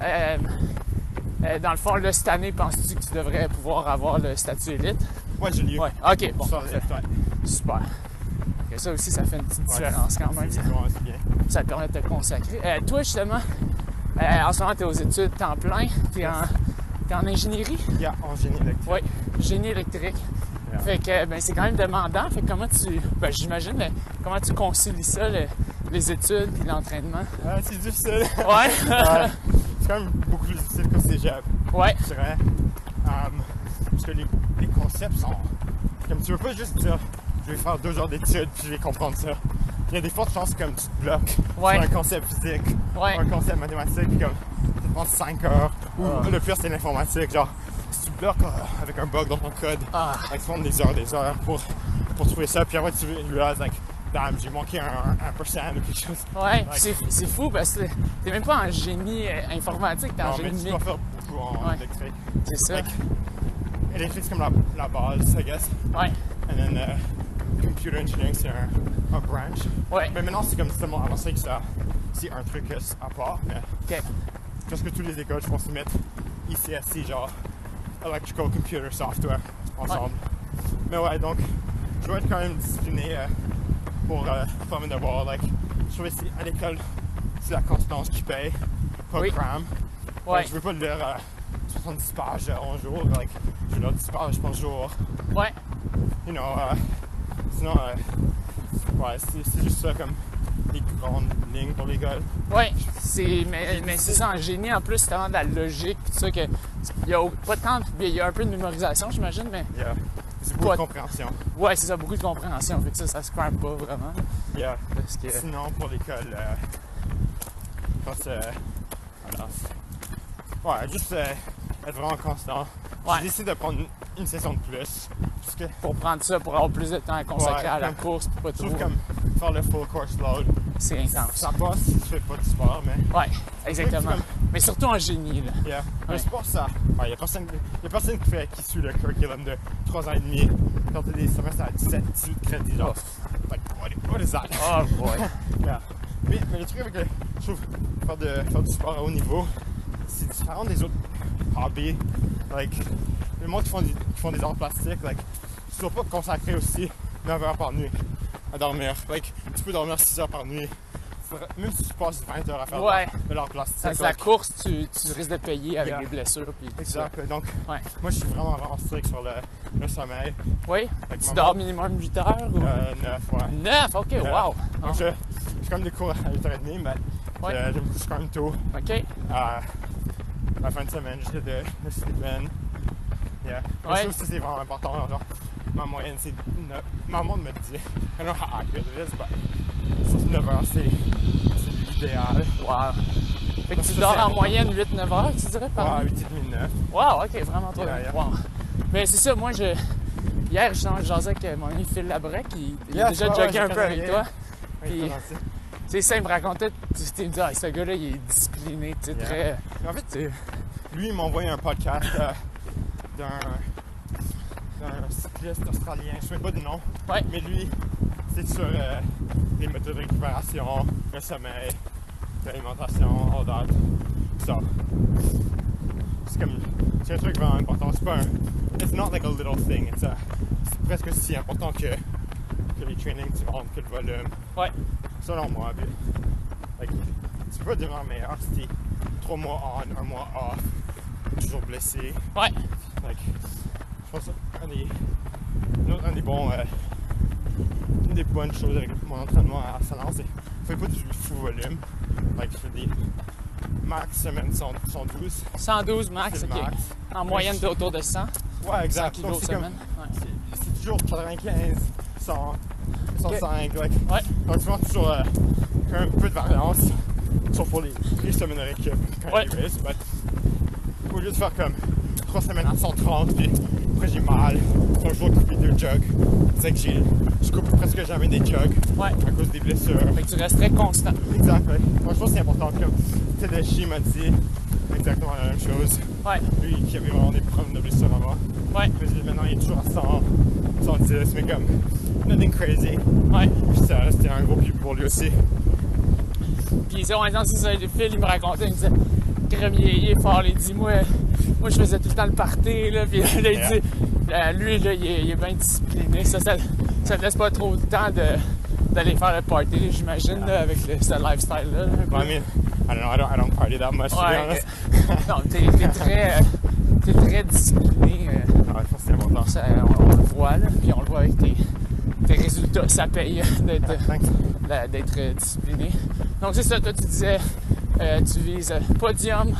A: euh, euh, dans le fond, là, cette année, penses-tu que tu devrais pouvoir avoir le statut élite?
C: Ouais, je l'ai eu.
A: Ouais. Ok, bon,
C: Sur le
A: parfait.
C: left, ouais.
A: Super. Ok, ça aussi, ça fait une petite
C: Ouais,
A: différence quand même.
C: c'est-
A: Ça,
C: ouais, c'est bien.
A: ça te permet de te consacrer. Euh, toi, justement, euh, en ce moment, t'es aux études temps plein. T'es en, t'es en ingénierie?
C: Yeah, en génie électrique.
A: Oui, génie électrique.
C: Yeah.
A: Fait que ben, c'est quand même demandant. Fait que comment tu. Ben, j'imagine, mais comment tu concilies ça, le- les études puis l'entraînement?
C: Ouais, Euh, c'est difficile.
A: Ouais!
C: Ouais. Euh, c'est quand même beaucoup plus difficile qu'au cégep.
A: ouais!
C: je dirais. Um, parce que les, les concepts sont. Comme tu veux pas juste dire, je vais faire deux heures d'études puis je vais comprendre ça. Il y a des fortes chances comme tu te bloques
A: Ouais.
C: sur un concept physique,
A: Ouais.
C: sur un concept mathématique, puis comme ça te prend 5 heures. Ou
A: Ah.
C: le pire, c'est l'informatique. Genre, si tu bloques euh, avec un bug dans ton code,
A: Ah.
C: ça te prend des heures, des heures pour, pour trouver ça. Puis après, tu réalises, like, damn, j'ai manqué un, un, percent ou quelque chose.
A: Ouais!
C: Like,
A: Puis C'est, c'est fou parce que t'es même pas en génie euh, informatique, t'es en
C: non, mais
A: génie.
C: tu dois faire beaucoup en
A: Ouais.
C: électrique.
A: C'est ça.
C: Like, électrique, c'est comme la, la base, I guess.
A: Ouais!
C: And then uh, computer engineering, c'est un, un branch.
A: Ouais.
C: Mais maintenant, c'est comme tellement avancé que ça, c'est un truc euh, à part. Mais
A: Ok.
C: parce que toutes les écoles, je pense, ils mettent ICSC, genre Electrical Computer Software, ensemble. Mais ouais, donc, je dois être quand même discipliné euh, pour euh, faire mes devoirs. Like, je trouve que c'est- à l'école, c'est la constance qui paye, pas
A: Oui.
C: le cram. Donc,
A: Ouais!
C: je veux pas lire euh, 70 pages euh, en jour. Like, je vais lire 10 pages par jour.
A: Ouais!
C: you know, euh, sinon, euh, ouais, c'est c'est juste ça comme les grandes lignes pour l'école.
A: Oui, c'est, mais, mais c'est ça, en génie, en plus, c'est vraiment de la logique, pis tout ça, que, il y a pas tant, il y a un peu de mémorisation, j'imagine, mais
C: Yeah. C'est beaucoup
A: Ouais.
C: de compréhension.
A: ouais, c'est ça, beaucoup de compréhension, fait que ça, ça se crampe pas vraiment,
C: Yeah.
A: parce que,
C: Sinon, pour l'école, euh, je pense, euh, alors, c'est- ouais, juste euh, être vraiment constant.
A: Ouais.
C: J'ai décidé de prendre une, une session de plus. Parce que
A: pour prendre ça, pour avoir plus de temps à consacrer
C: Ouais,
A: à la
C: comme-
A: course, pis pas
C: je
A: trop,
C: trouve comme faire le full course load,
A: c'est intense.
C: ça passe si tu fais pas de sport, mais
A: Ouais, exactement.
C: comme-
A: Mais surtout en génie, là.
C: yeah.
A: Ouais.
C: Le sport, ça. Il n'y a, personne- y a personne qui, fait, qui suit le curriculum de 3 ans et demi quand t'as des semestres à 17, 18, 13, genre. Like, what, what is that?
A: Oh boy.
C: Yeah. Mais, mais le truc avec le, je trouve, faire, de, faire du sport à haut niveau, c'est différent des autres hobbies. Like, les gens qui font, des- qui font des arts plastiques, like, tu dois pas te consacrer aussi 9 heures par nuit à dormir. Like, tu peux dormir 6 heures par nuit. C'est- Même si tu passes 20 heures à faire
A: Ouais.
C: de, de l'art plastique.
A: Dans la
C: like,
A: course, tu, tu risques de payer avec
C: Yeah.
A: des blessures, puis tout ça.
C: Exact. Donc,
A: Ouais.
C: moi, je suis vraiment, vraiment strict sur le, le sommeil.
A: Oui,
C: Fait que
A: tu
C: maman-
A: dors minimum 8 heures ou...
C: Euh, 9, ouais.
A: 9, ok, wow.
C: Donc, je, je fais quand même des cours à 8h30, mais
A: Ah. Ouais.
C: je, je me couche quand même tôt.
A: Ok,
C: à la Ah, fin de semaine, j'étais de, de Sleepin. Yeah.
A: Ouais.
C: Je trouve que c'est vraiment important. Genre, ma moyenne, c'est 9. Ma monde me dit, I don't know how accurate it is, but sur 9 heures, c'est c'est l'idéal.
A: wow. Fait que
C: Parce
A: tu
C: que
A: dors
C: c'est-
A: en moyenne 8-9 heures, tu dirais, par
C: Ah,
A: nuit?
C: 8,5, 9.
A: Wow, ok, vraiment trop.
C: Yeah, yeah.
A: Wow. Mais c'est ça, moi, je... Hier, je jasais avec euh, mon ami Phil Labrec, il, il a
C: Yeah,
A: déjà
C: ouais,
A: jogué
C: ouais,
A: un
C: j'ai
A: peu avec
C: travaillé.
A: toi.
C: Ouais,
A: Puis-
C: c'est gentil.
A: C'est ça, il me racontait, tu tu me dis, ah, ce gars-là, il est discipliné, tu sais,
C: Yeah.
A: très...
C: Mais en fait,
A: tu sais,
C: lui, il m'a envoyé un podcast euh, d'un d'un cycliste australien, je ne sais pas du nom,
A: Ouais.
C: mais lui, c'est sur euh, les méthodes de récupération, le sommeil, l'alimentation, all that. So, c'est comme, c'est un truc vraiment important. C'est pas un, it's not like a little thing, it's a- c'est presque aussi important que, que les trainings tu rentres, que le volume,
A: Ouais,
C: selon moi. Puis, like, tu peux pas devenir meilleur si t'es trois mois on, un mois off, toujours blessé.
A: ouais,
C: Like, je pense qu'un des, une autre- un des bons, euh, une des bonnes choses avec mon entraînement à Arsenal, c'est je fais pas du full volume. Like, je fais des max semaine 100 112.
A: 112 max,
C: C'est
A: ok.
C: le max.
A: En moyenne, t'es autour de 100
C: Ouais, exact.
A: kilos
C: Donc, c'est comme-
A: semaine. Ouais.
C: c'est- Ah, C'est toujours 95, 100, 105. Like,
A: Ouais.
C: Donc, souvent, toujours euh, quand même un peu de variance. Sauf pour les, les semaines avec euh, quand
A: Ouais.
C: il race, but au lieu de faire comme 3 semaines à 130, puis après j'ai mal, un jour couper deux jogs. C'est que j'ai, je coupe presque jamais des jogs
A: Ouais.
C: à cause des blessures.
A: Fait que tu restes très constant.
C: Exact, ouais. Moi, je pense que c'est important. Comme Tedeschi m'a dit exactement la même chose.
A: Ouais,
C: Lui qui avait vraiment des problèmes de blessures avant.
A: ouais,
C: Mais maintenant, il est toujours à 100, 110, mais comme nothing crazy.
A: ouais.
C: Puis ça restait un gros cul pour lui aussi.
A: Puis ça, en disant, c'est ça, le fil, il me racontait, il me disait, crème, il est- il est fort, il dit, moi, moi, je faisais tout le temps le party, là, puis là, il
C: Yeah.
A: dit, là, lui, là, il est, il est bien discipliné, ça, ça, ça te laisse pas trop de temps de, d'aller faire le party, j'imagine, là, avec le- ce lifestyle-là. là.
C: Well, I mean, I don't know, I don't, I don't party that much, to be
A: Ouais.
C: honest.
A: non, t'es, t'es très, euh, t'es très discipliné, euh,
C: Ouais, Ah, je pense que c'est important.
A: ça, on, on le voit, là, puis on le voit avec tes, tes résultats, ça paye euh, d'être...
C: Thanks.
A: d'a- d'être euh, discipliné. Donc c'est ça, toi tu disais, euh, tu vises euh, podium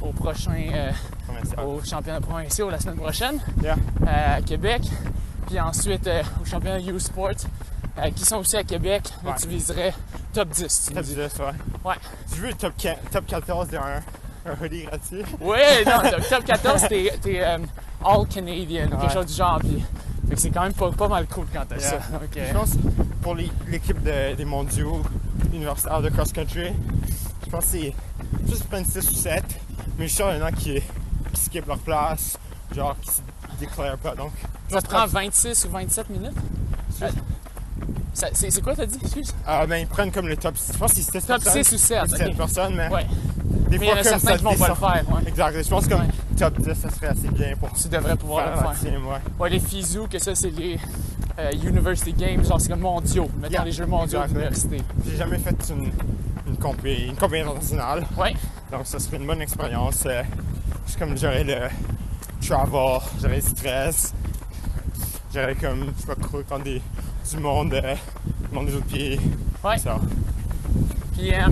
A: au prochain euh,
C: Provincial.
A: au championnat provincial la semaine prochaine
C: Yeah.
A: euh, à Québec, puis ensuite euh, au championnat U Sport euh, qui sont aussi à Québec, là,
C: Ouais.
A: tu viserais top 10. tu
C: Top
A: me dis.
C: 10, ouais.
A: Ouais.
C: Tu veux le top, 4, top 14 d'un un, un hoodie gratuit?
A: Ouais, non, top, top 14 t'es, t'es, euh, all Canadian, quelque
C: Ouais.
A: chose du genre puis fait que c'est quand même pas, pas mal cool quand t'as
C: Yeah.
A: ça. Donc, euh,
C: Je pense pour les- l'équipe de- des mondiaux universitaires de cross-country, je pense que c'est juste plein de 6 ou 7, mais je suis sûr qu'il y en a qui, qui skippent leur place, genre qui se déclarent pas. Donc,
A: ça te prend 26 ou 27 minutes? Euh, ça- c'est, c'est quoi t'as dit? Excuse?
C: ah, ben, ils prennent comme le top 6. Je pense que c'est 6
A: Top
C: personnes.
A: 6 ou 7,
C: Sept
A: ok.
C: personnes, mais
A: Ouais.
C: des
A: Mais il y en
C: fois,
A: a
C: comme
A: certains
C: ça
A: qui vont pas le
C: descend.
A: faire, ouais.
C: Exact. Je pense que comme
A: Ouais.
C: top 10, ça serait assez bien pour
A: Tu devrais pouvoir le
C: faire un
A: faire.
C: team, ouais.
A: Ouais, les FISU, que ça, c'est les euh, University Games, genre c'est comme mondiaux, mettons
C: Yeah,
A: les Jeux mondiaux
C: exact.
A: d'université.
C: J'ai jamais fait une, une compé, une compé internationale.
A: Ouais,
C: Donc ça serait une bonne expérience. euh, C'est comme j'aurais le travel, j'aurais le stress, j'allais comme, je sais pas trop, prendre des, du monde, euh, du monde des autres pieds.
A: Ouais.
C: Ça.
A: Puis euh,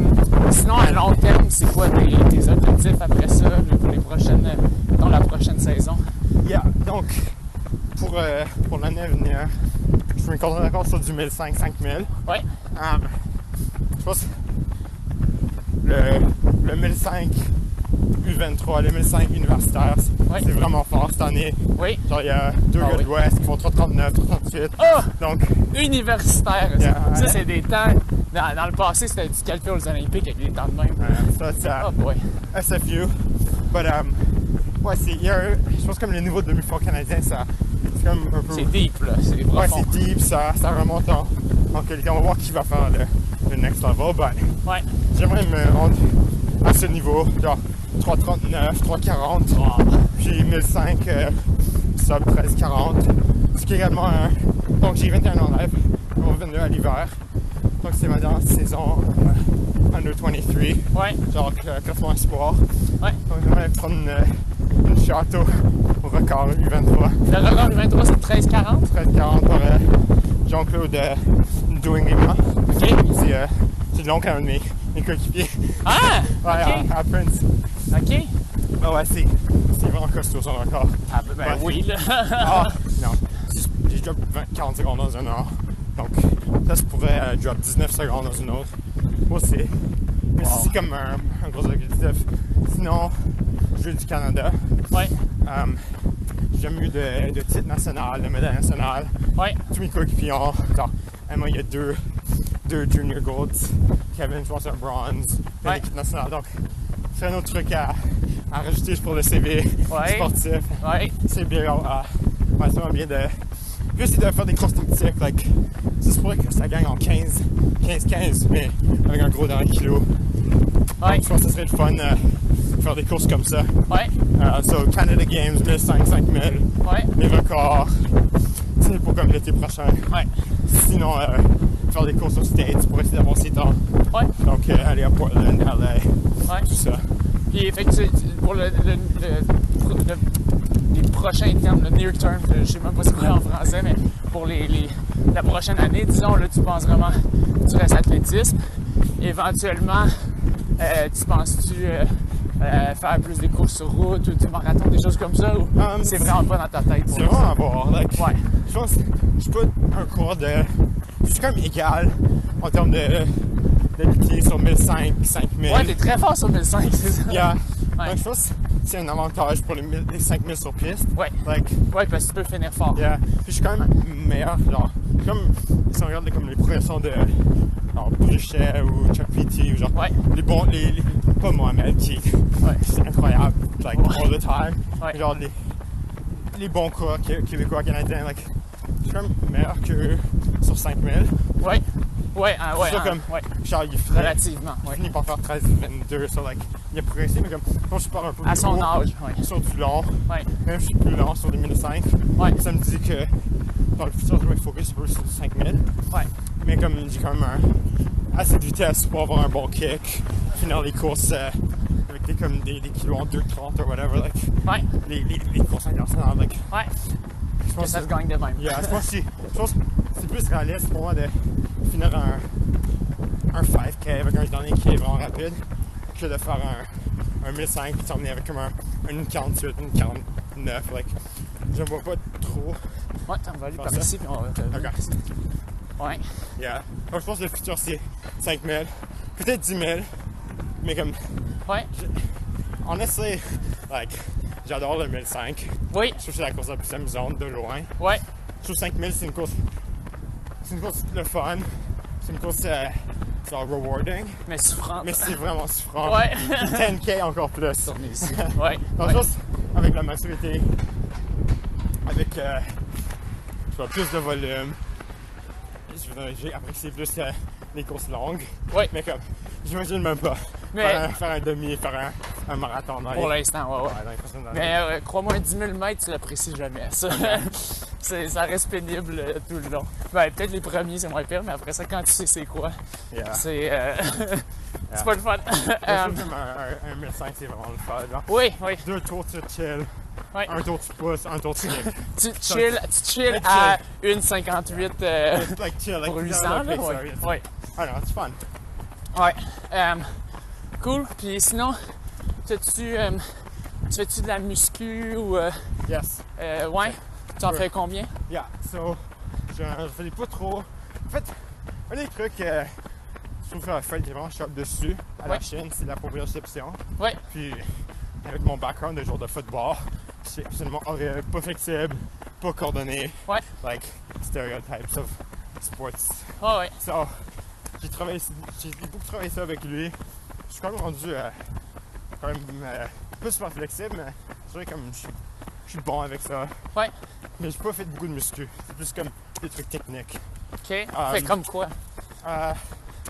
A: sinon, à long terme, c'est quoi tes, tes objectifs après ça, là, pour les prochaines, euh, dans la prochaine saison?
C: Yeah, donc, pour, euh, pour l'année à venir, je me concentre encore sur du 1005, 5000.
A: Ouais.
C: Um, je pense le, le 1005 U23, le 1005 universitaire, c'est
A: Ouais.
C: c'est vraiment fort cette année.
A: Oui.
C: Genre, il y a deux
A: Ah
C: gars
A: oui.
C: de l'Ouest qui font 339, 338.
A: Ah!
C: Donc,
A: Universitaire. ça.
C: Yeah.
A: Ça, c'est des temps. Dans, dans le passé, c'était du calcul aux Olympiques avec des temps de même.
C: euh, ça, c'est à
A: Oh boy.
C: SFU. But, um, ouais, c'est, il y a un- je pense comme le niveau de demi-fond canadien, ça, c'est comme un peu
A: C'est deep, là. C'est
C: Ouais,
A: profond.
C: c'est deep, ça, ça remonte en, en quelqu'un. On va voir qui va faire le, le next level. Ben,
A: Ouais.
C: j'aimerais me rendre à ce niveau, genre 339, 340,
A: Wow.
C: puis 1005 euh, sub 1340. Ce qui est également un. Donc j'ai 21 ans live, on va 22 à l'hiver. Donc c'est ma dernière saison euh, under 23,
A: Ouais.
C: genre cl- classement espoir.
A: Ouais.
C: Donc j'aimerais prendre une, une shot au, au record U23.
A: Le record du 23, c'est 13,40.
C: 1340 par euh, Jean-Claude euh, Doing Lima.
A: OK.
C: C'est euh, c'est donc un de mes, mes coéquipiers.
A: Ah!
C: Ouais,
A: OK.
C: à, à Prince.
A: OK.
C: Ouais, Ah ouais, c'est c'est vraiment costaud son record.
A: Ah, ben, ben
C: Ouais.
A: oui, là.
C: Ah, non. J'ai- J'ai drop 20, 40 secondes dans une heure. Donc, ça, je pourrais euh, drop 19 secondes dans une autre. Moi, c'est. Mais
A: Wow.
C: c'est comme un, un gros objectif. Sinon, je veux du Canada.
A: ouais.
C: Euh, J'ai jamais eu de, de titre national, de médaille nationale.
A: Ouais.
C: tous mes coéquipiers ont. Genre, Emma, il y a deux, deux junior golds. Kevin, je pense, un bronze. de
A: Ouais.
C: l'équipe nationale. Donc, c'est un autre truc à, à rajouter pour le CV
A: Ouais.
C: sportif.
A: Ouais.
C: C'est bien, euh, ouais, c'est vraiment bien de. Plus c'est de faire des courses tactiques. Like, ça se pourrait que ça gagne en 15, 15-15, mais avec un gros dans le kilo.
A: Ouais.
C: Je pense que ça serait le fun euh, de faire des courses comme ça.
A: Ouais.
C: Euh, so, Canada Games, 1500, 5000,
A: Ouais.
C: les records. C'est pour comme l'été prochain.
A: Ouais.
C: Sinon, euh, faire des courses aux States pour essayer d'avoir ses temps.
A: Ouais.
C: Donc, euh, aller à Portland, LA,
A: Ouais.
C: tout ça.
A: Puis, fait que tu- tu- pour le, le- le- le- les prochains termes, le near term, je sais même pas c'est quoi en français, mais pour les, les- la prochaine année, disons, là, tu penses vraiment, tu restes athlétisme. Éventuellement, euh, tu penses-tu euh, euh, faire plus des courses sur route ou du marathon, des choses comme ça, ou
C: Um,
A: c'est vraiment pas dans ta tête pour
C: C'est vraiment à voir. Like,
A: Ouais.
C: Je pense que je suis pas un cours de. Je suis comme égal en termes de, de luthier sur 1005, 5000.
A: Ouais, t'es très fort sur 1005, c'est ça?
C: Yeah.
A: Ouais.
C: Donc, je pense que c'est un avantage pour les, 1000 les 5000 sur piste.
A: Ouais.
C: Like,
A: Ouais, parce que tu peux finir fort.
C: yeah. Puis je suis quand même meilleur. Genre, comme si on regarde comme les progressions de genre, Bruchet ou Chuck Petey ou genre
A: Ouais.
C: les bons, les, les- pas Mohamed qui
A: Ouais.
C: c'est incroyable, like
A: Ouais.
C: all the time.
A: Ouais.
C: Genre les, les bons cours qué- québécois, canadiens, like, je suis comme meilleur que eux sur 5000.
A: Ouais. Ouais, hein, ouais.
C: C'est sûr
A: hein,
C: comme-
A: ouais.
C: Genre il ferait,
A: Relativement, ouais.
C: finit par faire 13, 22, so like, il a progressé, mais comme quand je pars un peu
A: À
C: plus
A: son
C: haut,
A: âge, ouais.
C: sur du long,
A: Ouais.
C: même si je suis plus lent sur 2005,
A: Ouais.
C: ça me dit que dans le futur je vais me focus un peu sur 5000.
A: Ouais.
C: Mais comme j'ai quand même un- assez de vitesse pour avoir un bon kick, finir les courses euh, avec des, comme des, des kilos en 2,30 ou whatever, like,
A: Ouais.
C: les, les, les courses internationales. Like,
A: Ouais.
C: je
A: Que
C: pense
A: ça
C: que
A: se gagne de même.
C: yeah, je pense que c'est- je pense que c'est plus réaliste pour moi de finir un, un 5K avec un dernier qui est vraiment rapide que de faire un, un 1005 puis terminer avec comme un, une 48, une 49. Like, je me vois pas trop.
A: Ouais, t'en vas aller
C: Faire
A: par
C: ça?
A: ici, puis on va te...
C: Ok.
A: Ouais.
C: Yeah. Donc, je pense que le futur c'est 5000, peut-être 10 000, mais comme
A: Ouais.
C: Honestly, like, j'adore le 1005.
A: Oui.
C: Je trouve que c'est la course la plus amusante de loin.
A: Ouais.
C: Je trouve que 5000, c'est une course. C'est une course le fun. C'est une course, euh, genre, rewarding.
A: Mais souffrante.
C: Mais c'est vraiment souffrant.
A: Ouais.
C: 10K encore plus.
A: On est ici. Ouais.
C: Donc,
A: ouais.
C: juste avec la maturité, avec, euh, je vois, plus de volume. Je veux dire, J'ai apprécié plus euh, les courses longues.
A: Ouais.
C: Mais comme, j'imagine même pas.
A: Mais-
C: Faire, un, faire un demi, faire un, un marathon dans
A: Pour
C: les-
A: l'instant, ouais, ouais.
C: Ouais, dans les prochaines années.
A: Mais euh, crois-moi, un 10 000 mètres, tu l'apprécies jamais, ça. C'est- ça reste pénible euh, tout le long. Ben, peut-être les premiers, c'est moins pire, mais après ça, quand tu sais c'est quoi,
C: Yeah.
A: c'est... euh,
C: Ah.
A: c'est pas le fun.
C: Je
A: Euh,
C: trouve que un, un, un 1005, c'est vraiment le fun. genre.
A: oui, oui.
C: Deux tours, tu chill.
A: Ouais.
C: un tour de pouce, un tour de sling.
A: Tu te chill, tu te chill
C: Chill.
A: à 1,58 euh,
C: It's like chill, like
A: pour
C: you
A: 800.
C: gotta
A: Là,
C: like
A: ouais.
C: sorry, it's-
A: Ouais.
C: I don't know, it's fun.
A: Ouais. Euh, cool. Puis sinon, fais-tu euh, tu fais-tu de la muscu ou. euh,
C: Yes.
A: euh, ouais. Tu en
C: Ouais.
A: fais combien?
C: Yeah, so, je, je faisais pas trop. En fait, un des trucs que je trouve que fait vraiment je tape dessus à la
A: Ouais.
C: chaîne, c'est la proprioception.
A: Ouais.
C: Puis, avec mon background de jour de football, c'est absolument horrible, pas flexible, pas coordonné.
A: Ouais.
C: Like, stereotypes of sports.
A: Ah ouais.
C: So, j'ai travaillé, j'ai beaucoup travaillé ça avec lui. Je suis quand même rendu euh, quand même euh, pas super flexible, mais je dirais comme je suis- je suis bon avec ça.
A: Ouais.
C: Mais j'ai pas fait beaucoup de muscu. C'est plus comme des trucs techniques.
A: OK.
C: Euh,
A: fait comme quoi?
C: Euh,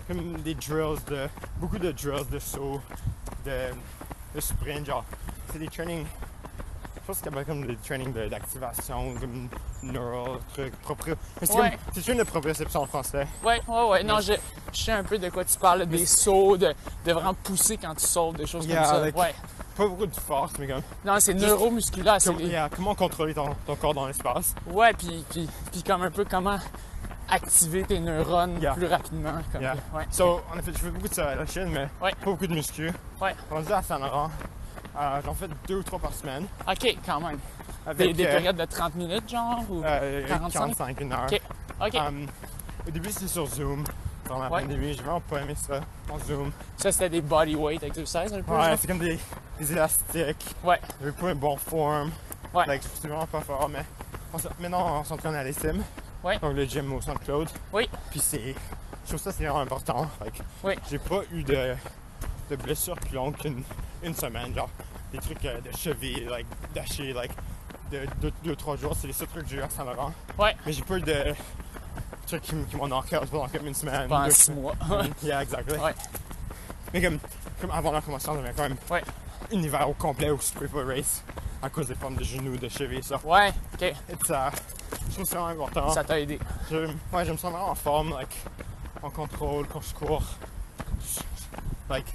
C: comme des drills de. Beaucoup de drills de saut, de, de sprint, genre. C'est des trainings. Je pense qu'il y avait comme des trainings de- d'activation, comme neural, truc propre. mais C'est
A: Ouais.
C: comme- c'est une de proprioception en français.
A: Ouais, ouais, ouais. Non, je, je sais un peu de quoi tu parles, des sauts, de, de vraiment pousser quand tu sautes, des choses
C: Yeah,
A: comme ça.
C: like-
A: Ouais.
C: Pas beaucoup de force, mais comme.
A: Non, c'est neuromusculaire. c'est
C: Comme- yeah, comment contrôler ton, ton corps dans l'espace.
A: Ouais, puis, puis, puis comme un peu comment activer tes neurones
C: Yeah.
A: plus rapidement. Comme,
C: Yeah.
A: ouais.
C: So, en effet, je fais beaucoup de ça à la chaîne, mais
A: Ouais.
C: pas beaucoup de muscu.
A: Ouais.
C: Rendu à Saint-Laurent, euh, j'en fais deux ou trois par semaine.
A: OK, quand même. Des,
C: Avec,
A: des
C: euh,
A: périodes de 30 minutes, genre? Ou...
C: euh,
A: 45?
C: 45, une heure.
A: OK. OK.
C: Um, au début, c'était sur Zoom. Dans la
A: Ouais.
C: pandémie, j'ai vraiment pas aimé ça. En Zoom.
A: Ça, c'était des bodyweight exercises, un peu.
C: Ouais,
A: genre?
C: c'est comme des, des élastiques.
A: Ouais.
C: J'avais pas un bon form.
A: Ouais.
C: Like, c'est vraiment pas fort, mais on s'en- maintenant, on s'entraîne à l'ESIM.
A: Ouais.
C: Donc, le gym au Centre-Claude.
A: Oui.
C: Puis c'est. Je trouve ça, c'est vraiment important. Like,
A: Oui.
C: J'ai pas eu de, de blessure plus longue qu'une une semaine. Genre, des trucs euh, de cheville, like, d'haché, like, de 2-3 jours. C'est les seuls trucs que j'ai eu à Saint-Laurent.
A: Ouais.
C: Mais j'ai pas eu de trucs qui, m- qui m'ont knocké out pendant comme une semaine.
A: Pendant
C: deux
A: six
C: semaines.
A: mois.
C: yeah, exactly.
A: Ouais.
C: Mais comme, comme avant la convention, j'avais quand même
A: Ouais.
C: un hiver au complet où je pouvais pas race à cause des pommes de genoux, de cheville, ça.
A: ouais, OK.
C: Et ça, je trouve ça vraiment important.
A: Ça t'a aidé.
C: Je, ouais, je me sens vraiment en forme, like, en contrôle, quand je cours. Je- Like,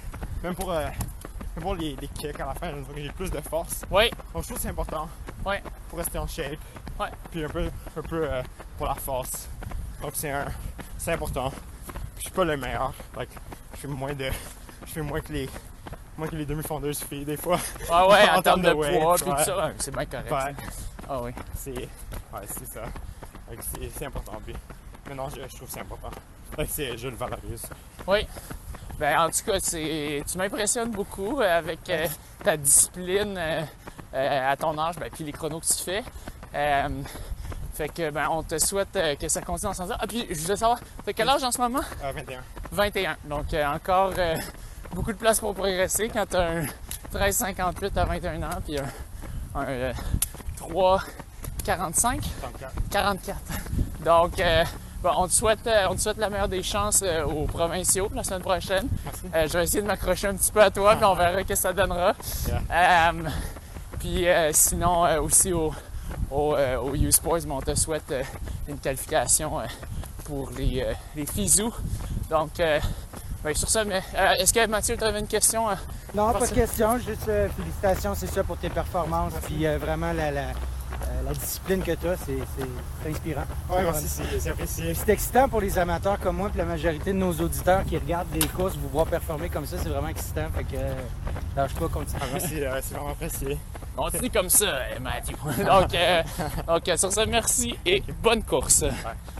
C: même pour, euh, même pour les, les kicks à la fin, je trouve que j'ai plus de force.
A: Ouais,
C: Donc, je trouve que c'est important
A: ouais,
C: pour rester en shape.
A: Ouais.
C: Puis un peu, un peu euh, pour la force. Donc c'est un, c'est important. Je suis pas le meilleur. Like, je fais moins de, je fais moins que les, moins que les demi-fondeuses filles des fois.
A: ouais, ouais,
C: En
A: en termes
C: termes
A: de
C: de
A: poids,
C: weight,
A: puis tout
C: ouais.
A: ça, ouais, c'est bien correct.
C: Ouais,
A: Ah oui.
C: c'est, ouais, c'est ça. Like, c'est, c'est important. Puis maintenant, je, je trouve que c'est important. Like, c'est, je le valorise.
A: Oui. Ben, en tout cas, c'est- tu m'impressionnes beaucoup euh, avec euh, ta discipline euh, euh, à ton âge, ben, puis les chronos que tu fais. Euh, fait que, ben, on te souhaite euh, que ça continue en ce sens Ah, puis je voulais savoir, t'as quel âge en ce moment?
C: Euh, 21.
A: 21. Donc, euh, encore euh, beaucoup de place pour progresser quand t'as un 13,58 à 21 ans, puis un, un euh, 3,45.
C: 34.
A: 44. Donc, euh, bon, on, te souhaite, euh, on te souhaite la meilleure des chances euh, aux provinciaux la semaine prochaine.
C: Merci.
A: Euh, je vais essayer de m'accrocher un petit peu à toi, puis on verra ce que ça donnera. Euh, puis euh, sinon, euh, aussi au, au, euh, au U-Sports, mais on te souhaite euh, une qualification euh, pour les, euh, les Fizou. Donc, euh, ben, sur ça, mais, euh, est-ce que Mathieu, tu avais une question? euh?
D: Non, pas
A: Merci.
D: de question. Juste euh, félicitations, c'est ça, pour tes performances. Puis euh, vraiment, la, la, euh, la discipline que tu as, c'est c'est inspirant.
C: Ouais, merci, c'est, c'est apprécié.
D: C'est excitant pour les amateurs comme moi, puis la majorité de nos auditeurs qui regardent des courses, vous voir performer comme ça, c'est vraiment excitant. Fait que euh, lâche pas, continue.
C: Merci, euh, c'est vraiment apprécié.
A: On dit comme ça, euh, Mathieu. donc, euh, donc, euh, sur ça, merci et bonne course.
C: Ouais.